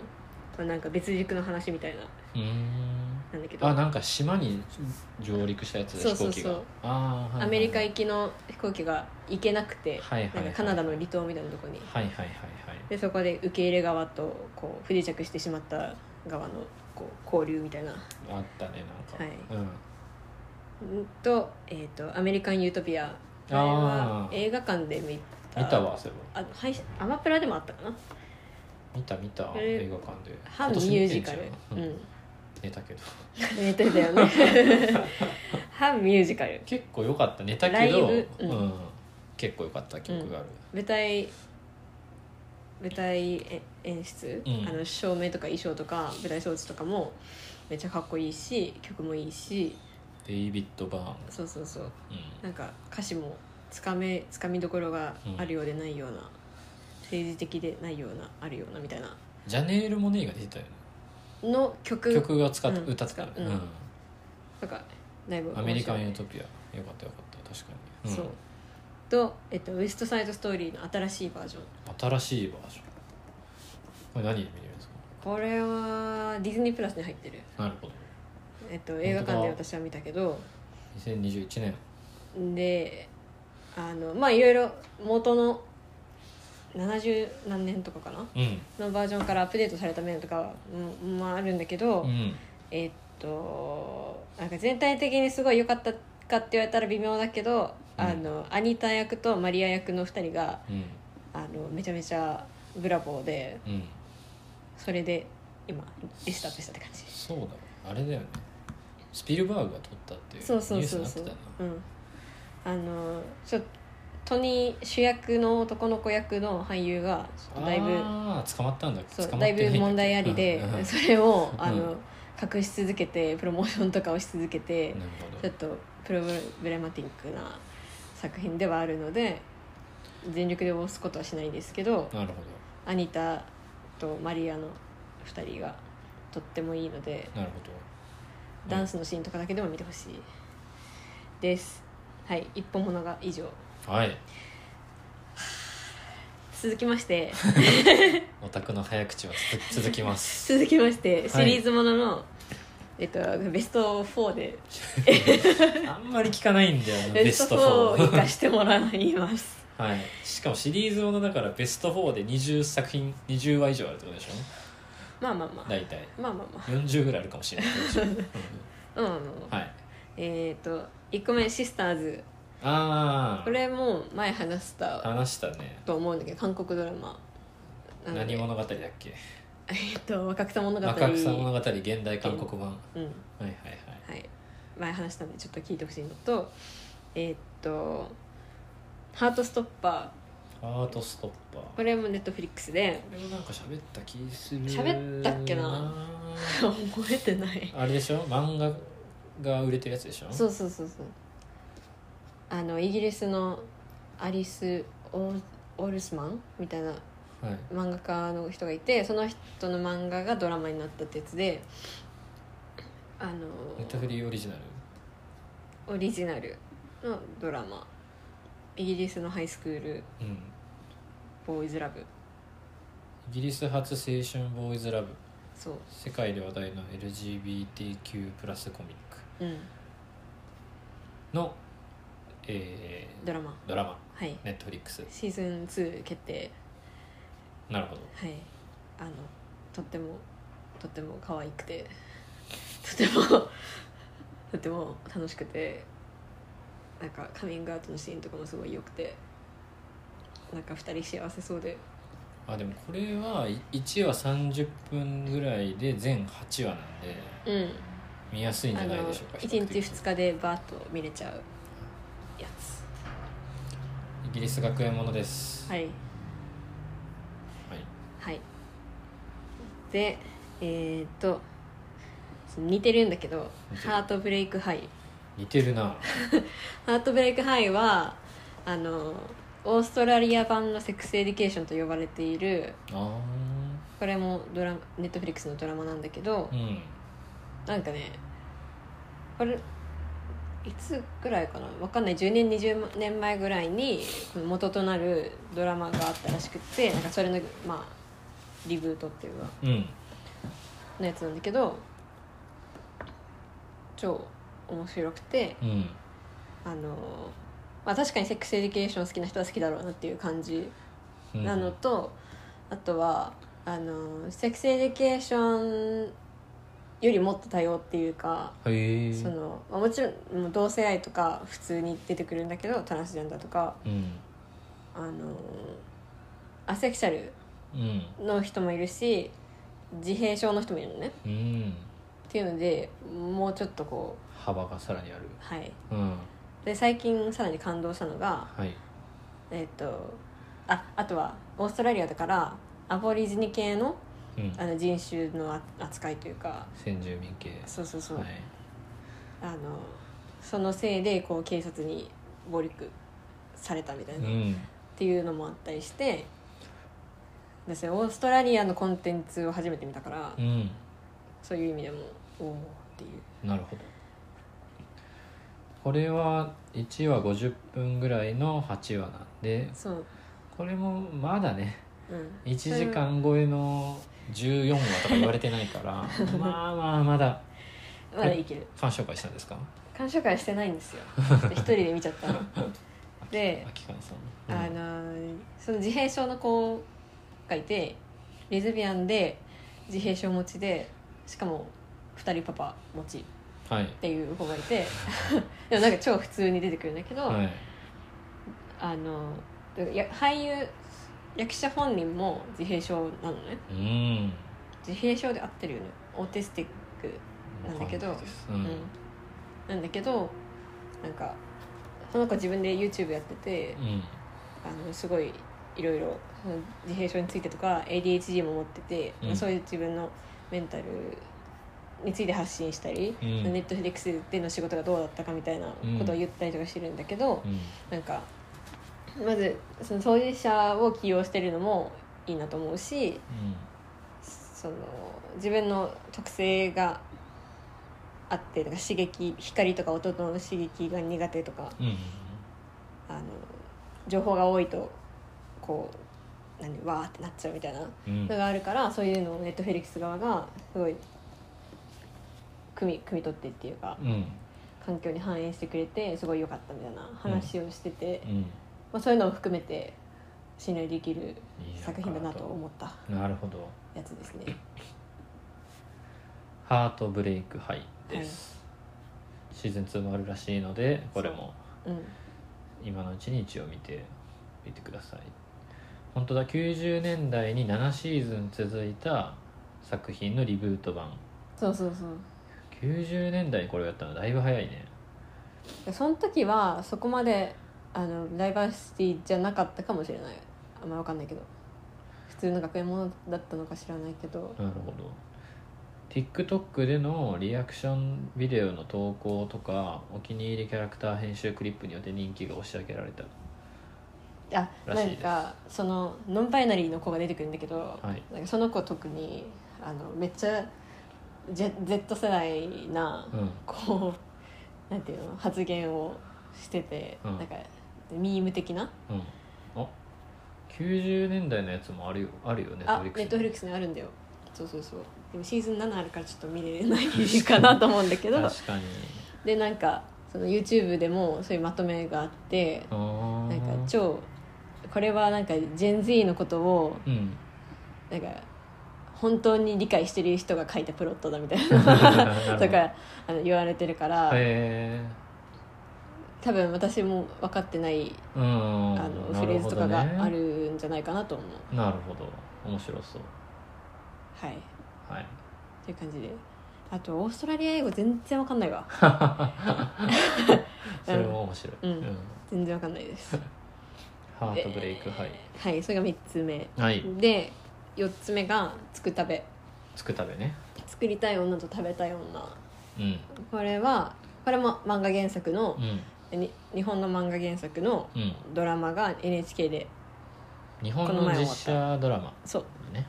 Speaker 1: まあ、なんか別軸の話みたいな
Speaker 2: うーん
Speaker 1: なんだけど
Speaker 2: あなんか島に上陸したやつで
Speaker 1: そう
Speaker 2: 飛
Speaker 1: そう
Speaker 2: 行機が
Speaker 1: そう
Speaker 2: ああ、はいはいはい、
Speaker 1: アメリカ行きの飛行機が行けなくて、
Speaker 2: はいはいはい
Speaker 1: なんかカナダの離島みたいなとこに
Speaker 2: はいはいはいはい
Speaker 1: でそこで受け入れ側とこう不時着してしまった側のこう交流みたいな
Speaker 2: あったねなんか、
Speaker 1: んと,、えー、と「アメリカン・ユートピア」これ
Speaker 2: あー
Speaker 1: は映画館で見
Speaker 2: う
Speaker 1: た
Speaker 2: ん、見たわそういえ
Speaker 1: あ配信アマプラでもあったかな
Speaker 2: ば見た見た
Speaker 1: これ
Speaker 2: 映画館で
Speaker 1: 反ミュージカル
Speaker 2: 今
Speaker 1: う
Speaker 2: 年見てんじゃんうん
Speaker 1: ん
Speaker 2: 寝たけど
Speaker 1: 寝てたよね 反ミュージカル
Speaker 2: 結構良かった寝たけど、
Speaker 1: ライブうん
Speaker 2: 結構良かった記憶がある、
Speaker 1: 舞台舞台え演出、
Speaker 2: うん
Speaker 1: あの照明とか衣装とか舞台装置とかもめっちゃかっこいいし曲もいいし
Speaker 2: デイビッド・バ
Speaker 1: そうそうそう
Speaker 2: ーン、
Speaker 1: なんか歌詞もつかめつかみどころがあるようでないような、政治的でないようなあるようなみたいな
Speaker 2: うん、ジャネール・モネーが出てたよね
Speaker 1: の曲
Speaker 2: 曲が使っ、
Speaker 1: うん
Speaker 2: 歌ってたね、
Speaker 1: うんとかだいぶ面
Speaker 2: うん、
Speaker 1: 白
Speaker 2: ア
Speaker 1: い
Speaker 2: メリカン・ユートピアよかったよかった確かに、ん
Speaker 1: そうと、えっと「ウエスト・サイド・ストーリー」の新しいバージョン
Speaker 2: 新しいバージョンこれ何で見れるんですか
Speaker 1: これはディズニープラスに入ってる、
Speaker 2: なるほど
Speaker 1: えっと、映画館で
Speaker 2: 本当だ
Speaker 1: 私は見たけど
Speaker 2: 2021年
Speaker 1: であのまあいろいろ元の70何年とかかな
Speaker 2: うん
Speaker 1: のバージョンからアップデートされた面とかも、まあ、あるんだけど、
Speaker 2: うん
Speaker 1: えっとなんか全体的にすごい良かったかって言われたら微妙だけど、
Speaker 2: うん
Speaker 1: あのアニタ役とマリア役の2人が
Speaker 2: うん
Speaker 1: あのめちゃめちゃブラボーで
Speaker 2: うん
Speaker 1: それで今リスタートしたって感じ
Speaker 2: そうだわあれだよねスピルバーグが撮ったっていう
Speaker 1: そうそう
Speaker 2: ニュース
Speaker 1: そう
Speaker 2: になっ
Speaker 1: そ
Speaker 2: てた
Speaker 1: う
Speaker 2: な
Speaker 1: うんあのちょっとトニー主役の男の子役の俳優がだいぶ
Speaker 2: あー捕まったんだ
Speaker 1: そう
Speaker 2: 捕ま
Speaker 1: だ
Speaker 2: っ
Speaker 1: い
Speaker 2: て
Speaker 1: ぶ問題ありで
Speaker 2: うんうん
Speaker 1: それを
Speaker 2: うん
Speaker 1: あの隠し続けてプロモーションとかをし続けて
Speaker 2: なる
Speaker 1: ちょっとプロブレマティックな作品ではあるので全力で押すことはしないんですけど
Speaker 2: ほどなるほ
Speaker 1: アニタとマリアの2人がとってもいいので
Speaker 2: どなるうん
Speaker 1: ダンスのシーンとかだけでも見てほしいですはい一本物が以上
Speaker 2: ほどはい
Speaker 1: 続きまして
Speaker 2: オタクの早口は つ続きます
Speaker 1: 続きまして
Speaker 2: い
Speaker 1: シリーズものの、えっと、ベスト4で
Speaker 2: あんまり聞かないんだよな
Speaker 1: ベ
Speaker 2: ベ
Speaker 1: ス
Speaker 2: ス
Speaker 1: ト4
Speaker 2: ト
Speaker 1: を生
Speaker 2: 4
Speaker 1: かしてもらい ます
Speaker 2: はいしかもシリーズものだからベスト4で20作品20話以上あるってことでしょ
Speaker 1: まあまあまあ
Speaker 2: 大体
Speaker 1: まあまあま
Speaker 2: 40ぐらいあるかもしれないでしょ、うんうん
Speaker 1: あうんうんうん
Speaker 2: はい
Speaker 1: えっ、と1個目「シスターズ
Speaker 2: あ」
Speaker 1: こ
Speaker 2: あ
Speaker 1: れも前話した
Speaker 2: 話したね
Speaker 1: と思うんだけど韓国ドラマなので
Speaker 2: 何物語だっけ
Speaker 1: えっと若草物語
Speaker 2: 赤草物語現代韓国版は
Speaker 1: うん
Speaker 2: いはい
Speaker 1: はい、前話したんでちょっと聞いてほしいのとえーっと「ハートストッパ
Speaker 2: はいアートストッパー
Speaker 1: ー」これもネットフリックスで
Speaker 2: これもなんか喋った気する
Speaker 1: 喋ったっけな覚えてない
Speaker 2: あれでしょ漫画が売れてるやつでしょ
Speaker 1: そうそうそうそうあのイギリスのアリス・オーオールスマンみたいな
Speaker 2: はい
Speaker 1: 漫画家の人がいてその人の漫画がドラマになったってやつであの
Speaker 2: ネットフリーオリジナル
Speaker 1: オリジナルのドラマイギリスのハイスクール
Speaker 2: うん
Speaker 1: ボーイズラブ
Speaker 2: イギリス発青春ボーイズラブ
Speaker 1: そう
Speaker 2: 世界で話題の LGBTQ+ プラスコミック
Speaker 1: うん
Speaker 2: の、え
Speaker 1: ドラマ
Speaker 2: ードラマ
Speaker 1: はい
Speaker 2: ネットフリックス
Speaker 1: シーズン2決定
Speaker 2: なるほど
Speaker 1: はいあのとってもとっても可愛くてとても とても楽しくてなんかカミングアウトのシーンとかもすごい良くてなんか2人幸せそうで
Speaker 2: あでもこれはい1話30分ぐらいで全8話なんで
Speaker 1: うん
Speaker 2: 見やすいんじ
Speaker 1: あ
Speaker 2: ゃない
Speaker 1: の
Speaker 2: でしょうか
Speaker 1: 1
Speaker 2: 比較
Speaker 1: 日
Speaker 2: 的
Speaker 1: 2日でバーッと見れちゃうやつ
Speaker 2: イギリス学園ものです
Speaker 1: はい
Speaker 2: はい
Speaker 1: はいでえー、っと似てるんだけど「
Speaker 2: 似てる
Speaker 1: ハートブレイクハイ」
Speaker 2: 似てるな
Speaker 1: ハートブレイクハイはあのオーストラリア版のセックスエディケーションと呼ばれている
Speaker 2: あ
Speaker 1: これもドラネットフリックスのドラマなんだけど
Speaker 2: ーうん
Speaker 1: なんかねこれいつぐらいかなわかんない10年20年前ぐらいにこの元となるドラマがあったらしくってなんかそれのまあリブートっていうか
Speaker 2: うん
Speaker 1: のやつなんだけど超面白くて
Speaker 2: うん
Speaker 1: あの、まあ、確かにセックスエディケーション好きな人は好きだろうなっていう感じ
Speaker 2: うん
Speaker 1: なのと、あとはあのセックスエデュケーションよりもっと多様っていうか、
Speaker 2: へえ
Speaker 1: そのまあもちろんもう同性愛とか普通に出てくるんだけどトランスジェンダーとか
Speaker 2: うん
Speaker 1: あのアセクシャル
Speaker 2: うん
Speaker 1: の人もいるし自閉症の人もいるのね
Speaker 2: うん
Speaker 1: っていうのでもうちょっとこう
Speaker 2: 幅がさらにある
Speaker 1: はい
Speaker 2: うん
Speaker 1: で最近さらに感動したのが
Speaker 2: はい
Speaker 1: えっ、とああとはオーストラリアだからアボリジニ系の
Speaker 2: うん
Speaker 1: あの人種のあ扱いというか
Speaker 2: 先住民系
Speaker 1: そうそうそう、
Speaker 2: はい
Speaker 1: あのそのせいでこう警察に暴力されたみたいうな、っ
Speaker 2: ん
Speaker 1: ていうのもあったりしてですねオーストラリアのコンテンツを初めて見たから、
Speaker 2: うん
Speaker 1: そういう意味でもおおっていう
Speaker 2: なるほどこれは1話50分ぐらいの8話なんで
Speaker 1: そう
Speaker 2: これもまだね
Speaker 1: うん
Speaker 2: 1時間超えの14話とか言われてないからまあまあまだ
Speaker 1: まだい ける
Speaker 2: ファン紹介したんですか
Speaker 1: 鑑賞会してないんですよで一人で見ちゃった ので
Speaker 2: 秋川さん
Speaker 1: あのその自閉症の子がいてレズビアンで自閉症持ちでしかも2人パパ持ちっ
Speaker 2: うんはい
Speaker 1: ていう子がいて でもなんか超普通に出てくるんだけど、
Speaker 2: はい
Speaker 1: あのや俳優役者本人も自閉症なのね
Speaker 2: うん
Speaker 1: 自閉症で合ってるよねオーティスティック、なんだけど
Speaker 2: わかんないですうん
Speaker 1: うんなんだけどなんかその子自分で YouTube やってて
Speaker 2: うん
Speaker 1: あのすごいいろいろその自閉症についてとか ADHD も持ってて、
Speaker 2: うん
Speaker 1: まあそういう自分のメンタルについて発信したり、
Speaker 2: うん
Speaker 1: ネットフリックスでの仕事がどうだったかみたいなことを言ったりとかしてるんだけど、
Speaker 2: うん
Speaker 1: なんかまずその当事者を起用してるのもいいなと思うしその自分の特性があってなんか刺激光とか音の刺激が苦手とか
Speaker 2: うんうん
Speaker 1: あの情報が多いとこう何わーってなっちゃうみたいな
Speaker 2: うん
Speaker 1: のがあるからそういうのをネットフェリックス側がすごい汲み汲み取ってっていうか
Speaker 2: うん
Speaker 1: 環境に反映してくれてすごい良かったみたいな話をしてて。
Speaker 2: うん
Speaker 1: まあ、そういうのを含めて信頼できる
Speaker 2: いいのか
Speaker 1: 作品だなと思った
Speaker 2: なるほど
Speaker 1: やつですね。
Speaker 2: 「ハートブレイクハイ」です、シーズン2もあるらしいのでこれも
Speaker 1: うん、
Speaker 2: 今のうちに一応見てみてください本当だ90年代に7シーズン続いた作品のリブート版
Speaker 1: そうそうそう
Speaker 2: 90年代にこれをやったのだいぶ早いね
Speaker 1: でその時はそこまであのダイバーシティじゃなかったかもしれないあんま分かんないけど普通の学園ものだったのか知らないけど
Speaker 2: なるほど TikTok でのリアクションビデオの投稿とかお気に入りキャラクター編集クリップによって人気が押し上げられた
Speaker 1: あな
Speaker 2: らしい
Speaker 1: ん
Speaker 2: です
Speaker 1: かそのノンバイナリーの子が出てくるんだけど、
Speaker 2: はい
Speaker 1: なんかその子特にあのめっちゃジェ Z 世代な、
Speaker 2: うん
Speaker 1: こうなんていうの発言をしてて、
Speaker 2: うん
Speaker 1: なんかミーム的な
Speaker 2: うんあ90年代のやつもあるよあるよね
Speaker 1: あネットフリッ
Speaker 2: ク
Speaker 1: クスにあるんだよそうそうそうでもシーズン7あるからちょっと見れないかなと思うんだけど
Speaker 2: 確かに
Speaker 1: でなんかその YouTube でもそういうまとめがあって
Speaker 2: あー
Speaker 1: なんか超これはなんかジェン Z のことを
Speaker 2: うん
Speaker 1: なんか本当に理解してる人が書いたプロットだみたい
Speaker 2: なるほ
Speaker 1: な
Speaker 2: ど
Speaker 1: とかあの言われてるから、
Speaker 2: へ
Speaker 1: 多分私も分かってない
Speaker 2: えうん
Speaker 1: あのフレーズとかがあ
Speaker 2: なる
Speaker 1: るんじゃないかなと思う、
Speaker 2: ほどねなるほど面白そう
Speaker 1: はいっ
Speaker 2: はい
Speaker 1: ていう感じであとオーストラリア英語全然わかんないわ
Speaker 2: それも面白い、
Speaker 1: うん全然わかんないです
Speaker 2: ハートブレイクハイ、
Speaker 1: はいそれが3つ目
Speaker 2: はい
Speaker 1: で4つ目が「つく食べ
Speaker 2: つくたべね」
Speaker 1: 作りたい女と食べたい女
Speaker 2: うん
Speaker 1: これはこれも漫画原作の
Speaker 2: う、ん
Speaker 1: に日本の漫画原作の
Speaker 2: うん
Speaker 1: ドラマが NHK で
Speaker 2: 日本
Speaker 1: この
Speaker 2: の
Speaker 1: 前終
Speaker 2: 実
Speaker 1: わった
Speaker 2: 写ドラマ
Speaker 1: そう
Speaker 2: ね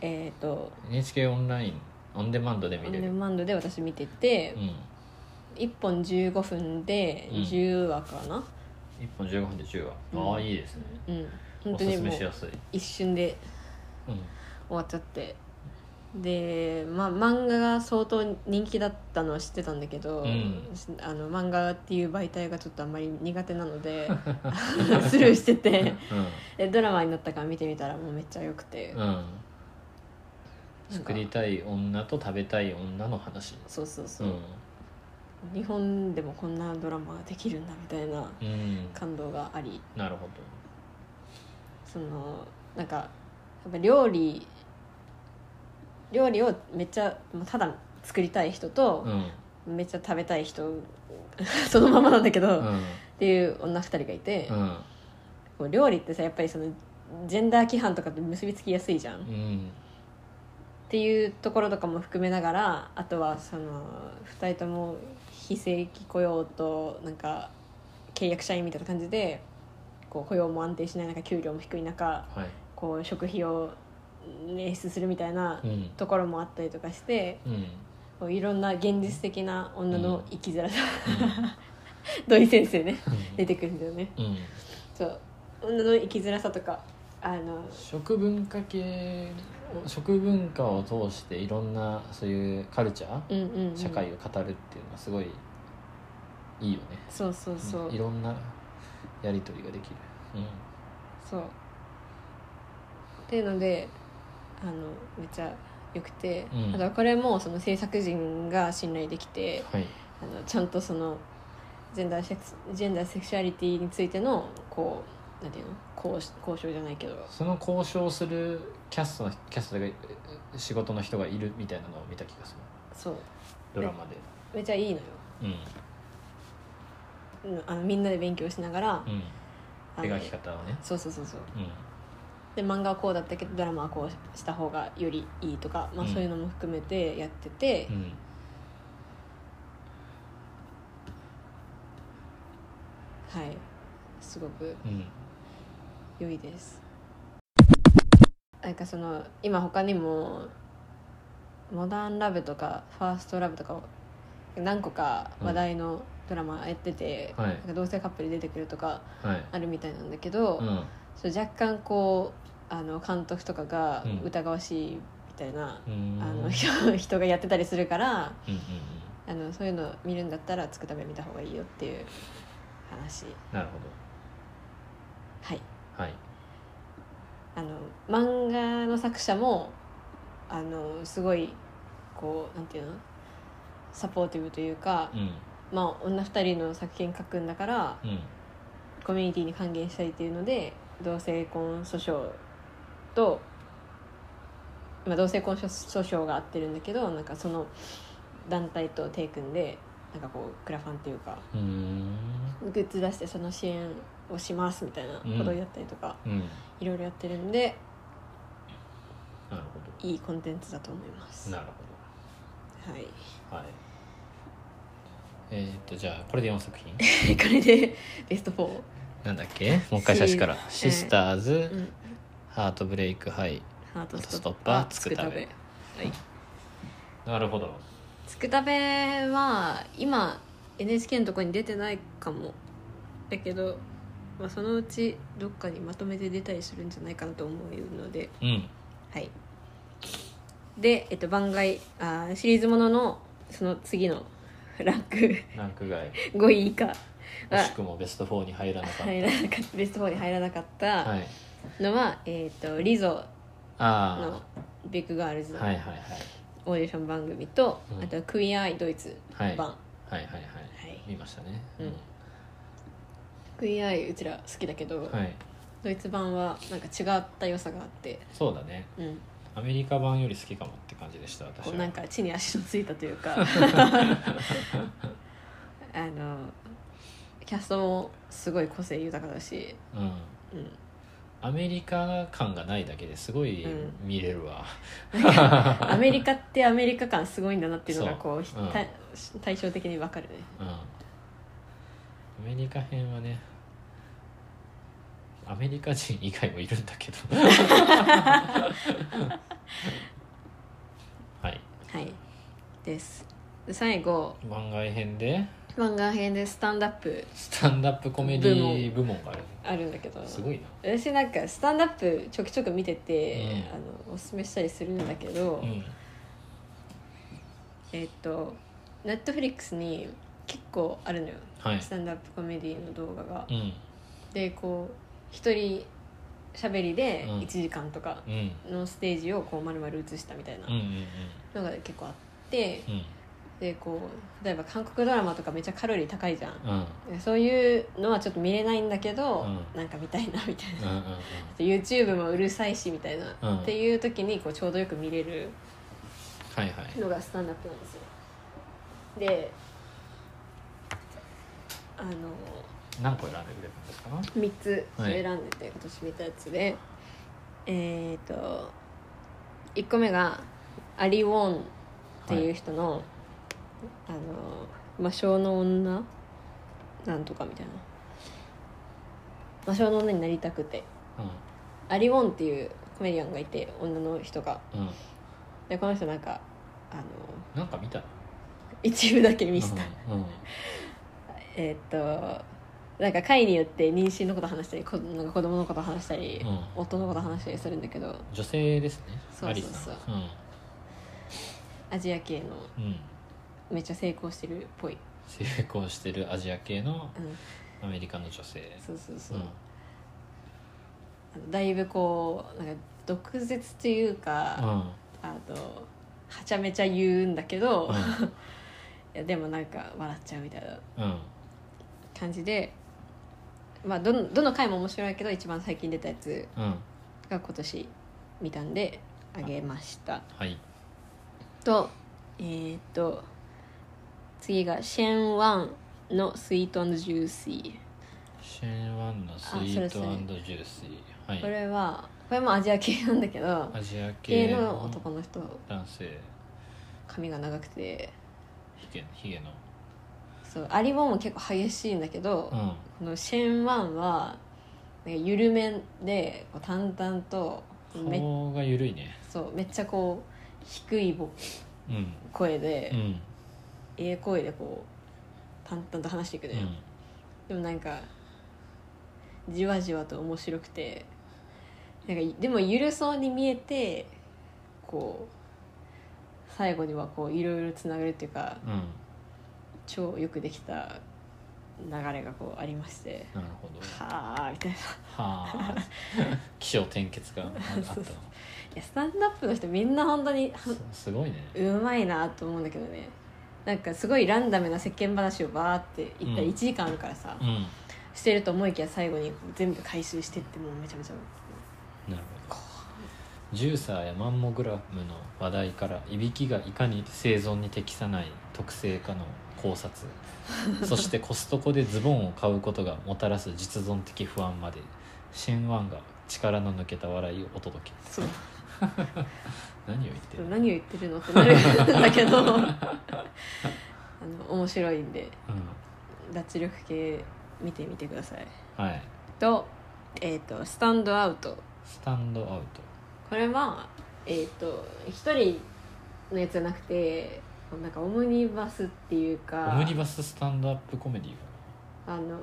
Speaker 1: えっ、と
Speaker 2: NHK オンラインオンデマンドで
Speaker 1: オ
Speaker 2: 見
Speaker 1: ン
Speaker 2: れ
Speaker 1: デ
Speaker 2: る
Speaker 1: マンドで私見てて
Speaker 2: うん
Speaker 1: 1本15分で
Speaker 2: うん
Speaker 1: 10話かな、
Speaker 2: 1本15分で10話、
Speaker 1: うん
Speaker 2: ああいいですね
Speaker 1: うん、本
Speaker 2: お
Speaker 1: 当
Speaker 2: す
Speaker 1: に
Speaker 2: すめ
Speaker 1: もう
Speaker 2: しやすい、
Speaker 1: 一瞬で
Speaker 2: うん、
Speaker 1: 終わっちゃってで、まあ、漫画が相当人気だったのは知ってたんだけど、
Speaker 2: うん
Speaker 1: あの漫画っていう媒体がちょっとあんまり苦手なの でスルーしててでドラマになったから見てみたらもうめっちゃ良くて、
Speaker 2: うんうん作りたい女と食べたい女の話
Speaker 1: そうそう
Speaker 2: う
Speaker 1: そう、
Speaker 2: ん
Speaker 1: 日本でもこんなドラマができるんだみたいな
Speaker 2: うん
Speaker 1: 感動があり
Speaker 2: なるほ
Speaker 1: そのなんかやっぱ料理料理をめっちゃもうただ作りたい人と
Speaker 2: どうん
Speaker 1: めっちゃ食べたい人 そのままなんだけど、
Speaker 2: う
Speaker 1: っ
Speaker 2: ん
Speaker 1: ていう女2人がいて、
Speaker 2: うん
Speaker 1: こう料理ってさやっぱりそのジェンダー規範とかと結びつきやすいじゃん、っ
Speaker 2: うん
Speaker 1: ていうところとかも含めながらあとはその2人とも非正規雇用となんか契約社員みたいな感じでこう雇用も安定しない中給料も低い中
Speaker 2: はい
Speaker 1: こう食費を捻出するみたいな
Speaker 2: うん
Speaker 1: ところもあったりとかして、
Speaker 2: うんうん
Speaker 1: こういろんな現実的な女の生きづらさ、 土井先生ね出てくるんだよね
Speaker 2: うん
Speaker 1: そう女の生きづらさとかあの
Speaker 2: 食文化系を食文化を通していろんなそういうカルチャ
Speaker 1: う
Speaker 2: ー、
Speaker 1: んうん、うん、
Speaker 2: 社会を語るっていうのはすごいいいよね
Speaker 1: そうそうそう、
Speaker 2: うんいろんなやり取りができる、
Speaker 1: そうっていうのであのめっちゃよくて、
Speaker 2: うん
Speaker 1: あとはこれもその制作陣が信頼できて
Speaker 2: はい
Speaker 1: あのちゃんとそのジェンダーセクスジェンダーセクシュアリティについてのこうなんていうの交渉交渉じゃないけど
Speaker 2: その交渉するキャストのキャストがえ仕事の人がいるみたいなのを見た気がする
Speaker 1: そう
Speaker 2: ドラマで
Speaker 1: めっちゃいいのよ
Speaker 2: うん
Speaker 1: うんあのみんなで勉強しながら
Speaker 2: うん
Speaker 1: あの
Speaker 2: 描き方はね、
Speaker 1: そうそうそうそう
Speaker 2: うん、
Speaker 1: で漫画はこうだったけどドラマはこうした方がよりいいとか、まあ、
Speaker 2: うん
Speaker 1: そういうのも含めてやってて、
Speaker 2: うん
Speaker 1: はいすごく
Speaker 2: うん
Speaker 1: 良いですなんかその今他にも「モダンラブ」とか「ファーストラブ」とか何個か話題のドラマやってて、
Speaker 2: はい
Speaker 1: なんか同性カップル出てくるとか
Speaker 2: はい、
Speaker 1: あるみたいなんだけど、
Speaker 2: うん
Speaker 1: それ若干こうあの監督とかが
Speaker 2: うん
Speaker 1: 疑わしいみたいな、
Speaker 2: うん、
Speaker 1: あ
Speaker 2: う
Speaker 1: の
Speaker 2: ん
Speaker 1: 人人がやってたりするから
Speaker 2: うんうん
Speaker 1: あのそういうの見るんだったらつくため見た方がいいよっていう話
Speaker 2: なるほ
Speaker 1: はい
Speaker 2: どはい
Speaker 1: あの漫画の作者もあのすごいこうなんていうのサポーティブというか
Speaker 2: う、ん
Speaker 1: まあ、女2人の作品書くんだから
Speaker 2: うん
Speaker 1: コミュニティに還元したいっていうので同性婚訴訟と、まあ、同性婚訴訟が合ってるんだけどなんかその団体と手組んでなんかこうクラファンっていうか
Speaker 2: うーん
Speaker 1: グッズ出してその支援をしますみたいなことをやったりとか、
Speaker 2: うん
Speaker 1: いろいろやってるんで
Speaker 2: なるほ
Speaker 1: いいコンテンツだと思います。
Speaker 2: どな
Speaker 1: は
Speaker 2: るほ
Speaker 1: い
Speaker 2: どはいえー、っとじゃあこれで4作品
Speaker 1: でこれでベスト4、
Speaker 2: なんだっけもう一回写真から「
Speaker 1: シ
Speaker 2: シスターズ」
Speaker 1: うん、
Speaker 2: ハートブレイクハイ」
Speaker 1: ハート
Speaker 2: ス
Speaker 1: スト
Speaker 2: トッ
Speaker 1: ッ
Speaker 2: パ
Speaker 1: パ
Speaker 2: ー
Speaker 1: ー
Speaker 2: つ
Speaker 1: つ
Speaker 2: く
Speaker 1: く
Speaker 2: た
Speaker 1: た
Speaker 2: べ
Speaker 1: べはい
Speaker 2: なるほど
Speaker 1: つくたべは今 NHK のとこに出てないかもだけど、まあ、そのうちどっかにまとめて出たりするんじゃないかなと思うので
Speaker 2: うん
Speaker 1: はいで、えっと、番外あーシリーズもののその次のランク
Speaker 2: ランク外
Speaker 1: 5位以下
Speaker 2: 惜
Speaker 1: は
Speaker 2: しくもベスト4に入らなかった
Speaker 1: 入らなかったベスト4に入らなかった
Speaker 2: はい
Speaker 1: のは、えっとリゾの
Speaker 2: あ
Speaker 1: ビッグガールズ
Speaker 2: あ
Speaker 1: の
Speaker 2: はいはいはい
Speaker 1: オーディション番組と、
Speaker 2: うん
Speaker 1: あとはクイアアイドイツ
Speaker 2: はい
Speaker 1: 版、
Speaker 2: はいはいはい
Speaker 1: はい
Speaker 2: 見ましたね
Speaker 1: うんクイアアイうちら好きだけど、
Speaker 2: はい
Speaker 1: ドイツ版はなんか違った良さがあって、
Speaker 2: そうだね
Speaker 1: うん、
Speaker 2: アメリカ版より好きかもって感じでした私
Speaker 1: こ
Speaker 2: は
Speaker 1: うなんか地に足のついたという かあのキャストもすごい個性豊かだし、
Speaker 2: うん
Speaker 1: う ん、
Speaker 2: アメリカ感がないだけですごい
Speaker 1: うん
Speaker 2: 見れるわ、
Speaker 1: アメリカってアメリカ感すごいんだなっていうのがこう
Speaker 2: そううん
Speaker 1: た対照的にわかるね
Speaker 2: うんアメリカ編はねアメリカ人以外もいるんだけどはい
Speaker 1: はいですで最後
Speaker 2: 番外編で
Speaker 1: 漫画編でスタンドアップ
Speaker 2: スタンダップコメディ部門がある
Speaker 1: あるんだけど
Speaker 2: すごいな
Speaker 1: 私なんかスタンドアップちょくちょく見てて、
Speaker 2: うん
Speaker 1: あのおすすめしたりするんだけど、
Speaker 2: うん
Speaker 1: えっとネットフリックスに結構あるのよ
Speaker 2: はい
Speaker 1: スタンドアップコメディの動画が
Speaker 2: う、ん
Speaker 1: でこう一人喋りで
Speaker 2: うん
Speaker 1: 1時間とか
Speaker 2: うん
Speaker 1: のステージをこう丸々映したみたいな
Speaker 2: うんうん
Speaker 1: のが結構あって、
Speaker 2: うん
Speaker 1: でこう例えば韓国ドラマとかめっちゃカロリー高いじゃん、
Speaker 2: うんうん
Speaker 1: そういうのはちょっと見れないんだけど、
Speaker 2: うん
Speaker 1: なんか見たいなみたいな
Speaker 2: うんうんうん
Speaker 1: YouTube もうるさいしみたいな、
Speaker 2: うん
Speaker 1: っていう時にこうちょうどよく見れる
Speaker 2: はいはい
Speaker 1: のがスタンダップなんですよであの
Speaker 2: 何個選んでくれるんですか
Speaker 1: 3つ
Speaker 2: はい
Speaker 1: 選んでて、今年見たやつでえっ、と1個目がアリ・ウォンっていう人の「あの魔性の女」なんとかみたいな魔性の女になりたくてアリ・ウォンっていうコメディアンがいて女の人が
Speaker 2: うんうん
Speaker 1: でこの人なんかあの
Speaker 2: なんか見た
Speaker 1: 一部だけ見せた、
Speaker 2: うんうん
Speaker 1: えーっとなんか会によって妊娠のこと話したりこなんか子供のこと話したり、
Speaker 2: うん
Speaker 1: 夫のこと話したりするんだけど
Speaker 2: 女性ですね
Speaker 1: そうそうそう
Speaker 2: アリさん
Speaker 1: アジア系の
Speaker 2: うん、うん、
Speaker 1: めっちゃ成功してるっぽい、
Speaker 2: 成功してるアジア系の
Speaker 1: うん、
Speaker 2: アメリカの女性
Speaker 1: そうそうそうう、
Speaker 2: ん
Speaker 1: あのだいぶこうなんか毒舌という
Speaker 2: う
Speaker 1: か、
Speaker 2: ん
Speaker 1: あとはちゃめちゃ言うんだけど、
Speaker 2: う
Speaker 1: い
Speaker 2: ん
Speaker 1: やでもなんか笑っちゃうみたいな
Speaker 2: うん
Speaker 1: 感じで、まあ、どのどの回も面白いけど一番最近出たやつ
Speaker 2: うん
Speaker 1: が今年見たんであげました
Speaker 2: はい
Speaker 1: とえー、っと次がシェン・ワンの「スイートジューシー
Speaker 2: シェンワンのスイ
Speaker 1: あ
Speaker 2: ー
Speaker 1: それそ
Speaker 2: ト
Speaker 1: れ
Speaker 2: ジューシー
Speaker 1: こ
Speaker 2: はい
Speaker 1: れはこれもアジア系なんだけど
Speaker 2: アジア
Speaker 1: 系
Speaker 2: 系
Speaker 1: の
Speaker 2: の
Speaker 1: 男の人
Speaker 2: 男性
Speaker 1: 髪が長くて
Speaker 2: ヒゲヒゲの
Speaker 1: そうアリボンも結構激しいんだけど、
Speaker 2: うん
Speaker 1: このシェンワンはなんか緩めでこう淡々とめ
Speaker 2: 顔が緩いね
Speaker 1: そうめっちゃこう低いぼ
Speaker 2: うん
Speaker 1: 声で、
Speaker 2: うん
Speaker 1: ええ声でこう淡々と話していく
Speaker 2: う
Speaker 1: のよ、
Speaker 2: ん
Speaker 1: でもなんかじわじわと面白くてなんかでもゆるそうに見えてこう最後にはこういろいろつながるっていうか
Speaker 2: うん
Speaker 1: 超よくできた流れがこうありまして
Speaker 2: なるほど
Speaker 1: はあみたいない
Speaker 2: はあ起承転結がああった
Speaker 1: そう
Speaker 2: の
Speaker 1: そうやスタンドアップの人みんな本当には
Speaker 2: すすごいね
Speaker 1: うまいなと思うんだけどねなんかすごいランダムな世間話をバーって言ったら
Speaker 2: うん
Speaker 1: 1時間あるからさ、
Speaker 2: うん
Speaker 1: してると思いきや最後に全部回収してってもうめちゃめちゃ
Speaker 2: なるほどジューサーやマンモグラムの話題からいびきがいかに生存に適さない特性かの考察そしてコストコでズボンを買うことがもたらす実存的不安までシェンワンが力の抜けた笑いをお届け
Speaker 1: そう
Speaker 2: 何を言ってる
Speaker 1: 何を言ってるのってな るんだけどあの面白いんで
Speaker 2: う
Speaker 1: 脱力系見てみてください
Speaker 2: んはい
Speaker 1: と,、えー、とスタンドアウト
Speaker 2: スタンドアウト
Speaker 1: これはえっ、と一人のやつじゃなくてなんかオムニバスっていうか
Speaker 2: オムニバススタンドアップコメディ
Speaker 1: あの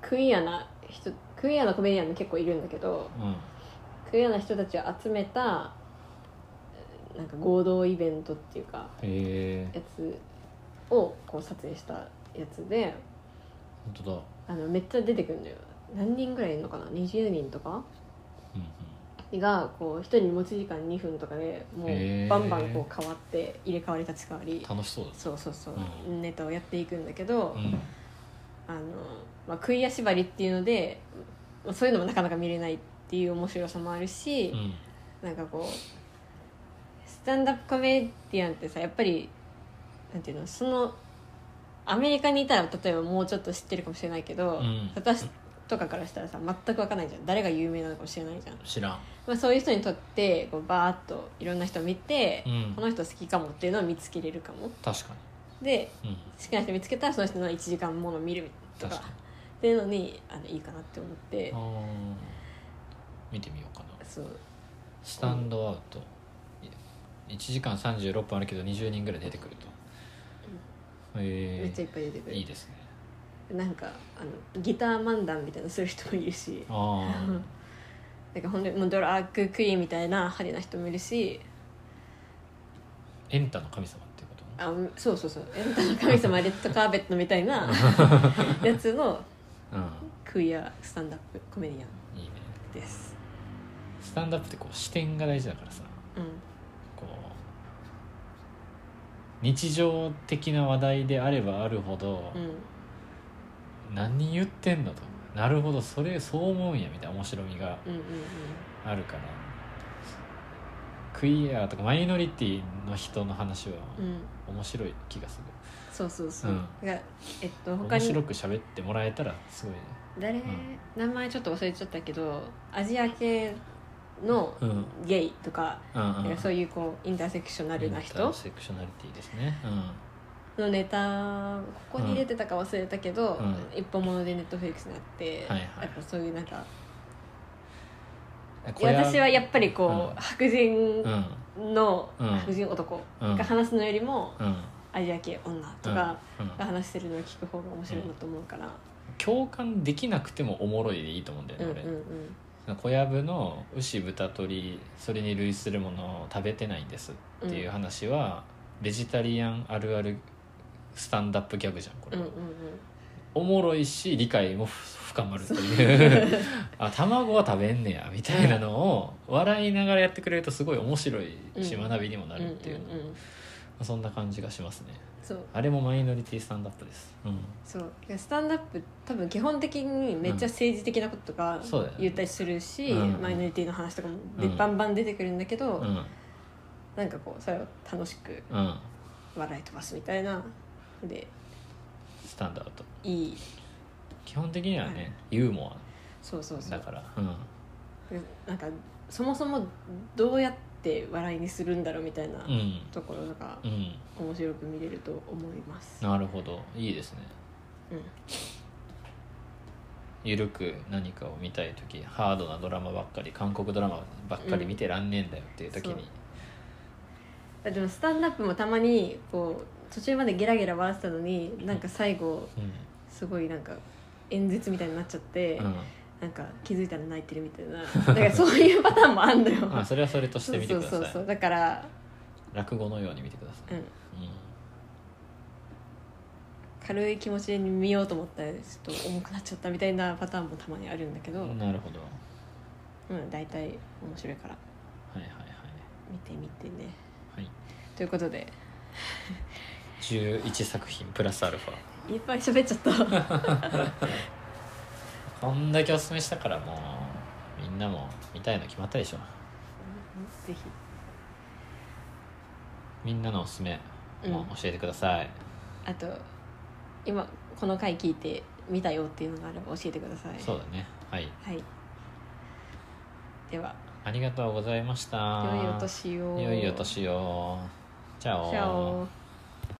Speaker 1: クイアな人クイアなコメディアンも結構いるんだけど
Speaker 2: うん
Speaker 1: クイアな人たちを集めたなんか合同イベントっていうか
Speaker 2: へえ
Speaker 1: やつをこう撮影したやつで
Speaker 2: 本当
Speaker 1: あ
Speaker 2: だ
Speaker 1: のめっちゃ出てくるんだよ何人ぐらいいるのかな20人とか
Speaker 2: うん
Speaker 1: がこう一人持ち時間2分とかでも
Speaker 2: へ
Speaker 1: う
Speaker 2: ー
Speaker 1: バンバンこう変わって入れ替わり立ち替わ
Speaker 2: う
Speaker 1: り
Speaker 2: ん楽しそうだ
Speaker 1: そうそうそう、
Speaker 2: う
Speaker 1: ネタをやっていくんだけど、
Speaker 2: うん
Speaker 1: あのまあ、クイア縛りっていうのでまあそういうのもなかなか見れないっていう面白さもあるし、
Speaker 2: うん
Speaker 1: なんかこうスタンダップコメディアンってさやっぱりなんていうのそのアメリカにいたら例えばもうちょっと知ってるかもしれないけど、
Speaker 2: うん
Speaker 1: 私とかからしたらさ全く分かんないじゃん誰が有名なのかもしれないじゃん、
Speaker 2: 知らん
Speaker 1: まあ、そういう人にとってこうバーっといろんな人を見て、
Speaker 2: うん
Speaker 1: この人好きかもっていうのを見つけれるかも
Speaker 2: 確か
Speaker 1: で
Speaker 2: にうん
Speaker 1: 好きな人見つけたらその人の1時間もの見ると
Speaker 2: 確
Speaker 1: か
Speaker 2: かに
Speaker 1: っていうのにあのいいかなって思って
Speaker 2: あー見てみようかな
Speaker 1: そう
Speaker 2: スタンドアウト1時間36分あるけど20人ぐらい出てくると
Speaker 1: め
Speaker 2: え
Speaker 1: っちゃいっぱい出てく
Speaker 2: ー、
Speaker 1: る、
Speaker 2: いいですね
Speaker 1: なんかあのギター漫談みたいなのする人もいるし
Speaker 2: ああ
Speaker 1: なんかほんでもうドラッグクイーンみたいな派手な人もいるし
Speaker 2: エンタの神様っていうこと
Speaker 1: あうんそうそう そう「エンタの神様レッドカーペット」みたいなやつのクイアスタンダップコメディアン
Speaker 2: うんいいね
Speaker 1: です、
Speaker 2: スタンドアップってこう視点が大事だからさ
Speaker 1: うん、
Speaker 2: こう日常的な話題であればあるほど、
Speaker 1: うん
Speaker 2: 何言ってんだとなるほどそれそう思うんやみたいな面白みが
Speaker 1: うんうん
Speaker 2: あるからクイアとかマイノリティの人の話は
Speaker 1: うんうん
Speaker 2: 面白い気がす
Speaker 1: そうそうそう、
Speaker 2: うん
Speaker 1: がえっと
Speaker 2: る、
Speaker 1: 他
Speaker 2: 面
Speaker 1: に
Speaker 2: 白く喋ってもらえたらすごいね
Speaker 1: 誰、
Speaker 2: ん
Speaker 1: 名前ちょっと忘れちゃったけどアジア系の
Speaker 2: うん
Speaker 1: ゲイとか,、
Speaker 2: うんうん
Speaker 1: なんかそういうこうインターセクショナルな
Speaker 2: インタ
Speaker 1: 人
Speaker 2: ーセクショナリティですね
Speaker 1: のネタここに出てたか忘れたけど、
Speaker 2: うん
Speaker 1: 一本物でネットフリックスになって、
Speaker 2: はいはい
Speaker 1: やっぱそういうなんか
Speaker 2: うん
Speaker 1: 私はやっぱりこう、
Speaker 2: うん
Speaker 1: 白
Speaker 2: う
Speaker 1: 人
Speaker 2: ん
Speaker 1: の、
Speaker 2: うん
Speaker 1: 白人男
Speaker 2: うん
Speaker 1: が話すのよりも、
Speaker 2: うんうん
Speaker 1: アジア系女とか
Speaker 2: うん
Speaker 1: が話してるのを聞く方が面白いなと思うから、
Speaker 2: 共感できなくてもおもろいでいいと思うんだよ
Speaker 1: う
Speaker 2: ね、
Speaker 1: ん、うん
Speaker 2: 俺
Speaker 1: うん
Speaker 2: 小籔の牛豚鳥それに類するものを食べてないんですっていう話は、ベジタリアンあるあるスタンダップギャグじゃんこ
Speaker 1: う
Speaker 2: れ
Speaker 1: んうん
Speaker 2: は、
Speaker 1: うん
Speaker 2: おもろいし理解もふ深まるっていう あ卵は食べんねやみたいなのを笑いながらやってくれるとすごい面白いし
Speaker 1: うん
Speaker 2: 学びにもな
Speaker 1: うん
Speaker 2: るっていう,、
Speaker 1: うんうん
Speaker 2: そんな感じがしますね
Speaker 1: そう
Speaker 2: あれもマイノリティスタンダップです、うん、
Speaker 1: そういやスタンダップ多分基本的にめっちゃ政治的なこととか
Speaker 2: んそうだよね
Speaker 1: 言ったりするし、
Speaker 2: うん
Speaker 1: マイノリティの話とかもで、
Speaker 2: うん
Speaker 1: バンバン出てくるんだけど、
Speaker 2: うん
Speaker 1: なんかこうそれを楽しく
Speaker 2: うん
Speaker 1: 笑い飛ばすみたいなので
Speaker 2: スタンダード
Speaker 1: いい
Speaker 2: 基本的にはね、ユーモ
Speaker 1: そうそう
Speaker 2: ア
Speaker 1: そ
Speaker 2: だ
Speaker 1: う
Speaker 2: からうん
Speaker 1: なんかそもそもどうやって笑いにするんだろうみたいな
Speaker 2: うん
Speaker 1: ところとか
Speaker 2: うん
Speaker 1: 面白く見れると思います、
Speaker 2: なるほどいいですね
Speaker 1: うん、
Speaker 2: ゆるく何かを見たい時ハードなドラマばっかり韓国ドラマばっかり見てらんねえんだよっていう時に、
Speaker 1: あでもスタンダップもたまにこう途中までゲラゲラ笑ってたのになんか最後
Speaker 2: うん
Speaker 1: すごいなんか演説みたいになっちゃって、
Speaker 2: うん
Speaker 1: なんか気づいたら泣いてるみたいなだからそういうパターンもあんだよ
Speaker 2: あそれはそれとし
Speaker 1: そ
Speaker 2: て
Speaker 1: う
Speaker 2: みて
Speaker 1: そ
Speaker 2: く
Speaker 1: うそ
Speaker 2: だ
Speaker 1: う
Speaker 2: さ
Speaker 1: そ
Speaker 2: いう
Speaker 1: だから、
Speaker 2: 落語のように見てください、
Speaker 1: うん、
Speaker 2: うん
Speaker 1: 軽い気持ちで見ようと思ったらちょっと重くなっちゃったみたいなパターンもたまにあるんだけど、うん
Speaker 2: なるほどは
Speaker 1: 大体面白いから
Speaker 2: いはいはい
Speaker 1: 見てみてね
Speaker 2: はい
Speaker 1: ということで
Speaker 2: 11作品プラスアルファ
Speaker 1: いっぱい喋っちゃ ったは
Speaker 2: こんだけおすすめしたからもうみんなも見たいの決まったでしょ
Speaker 1: いぜひ
Speaker 2: みんなのおすすめも教えてください、
Speaker 1: あと今この回聞いて見たよっていうのがあれば教えてください
Speaker 2: そうだねはい
Speaker 1: はいでは
Speaker 2: ありがとうございました
Speaker 1: 良いお年を
Speaker 2: 良いお年をチャオ
Speaker 1: チャオ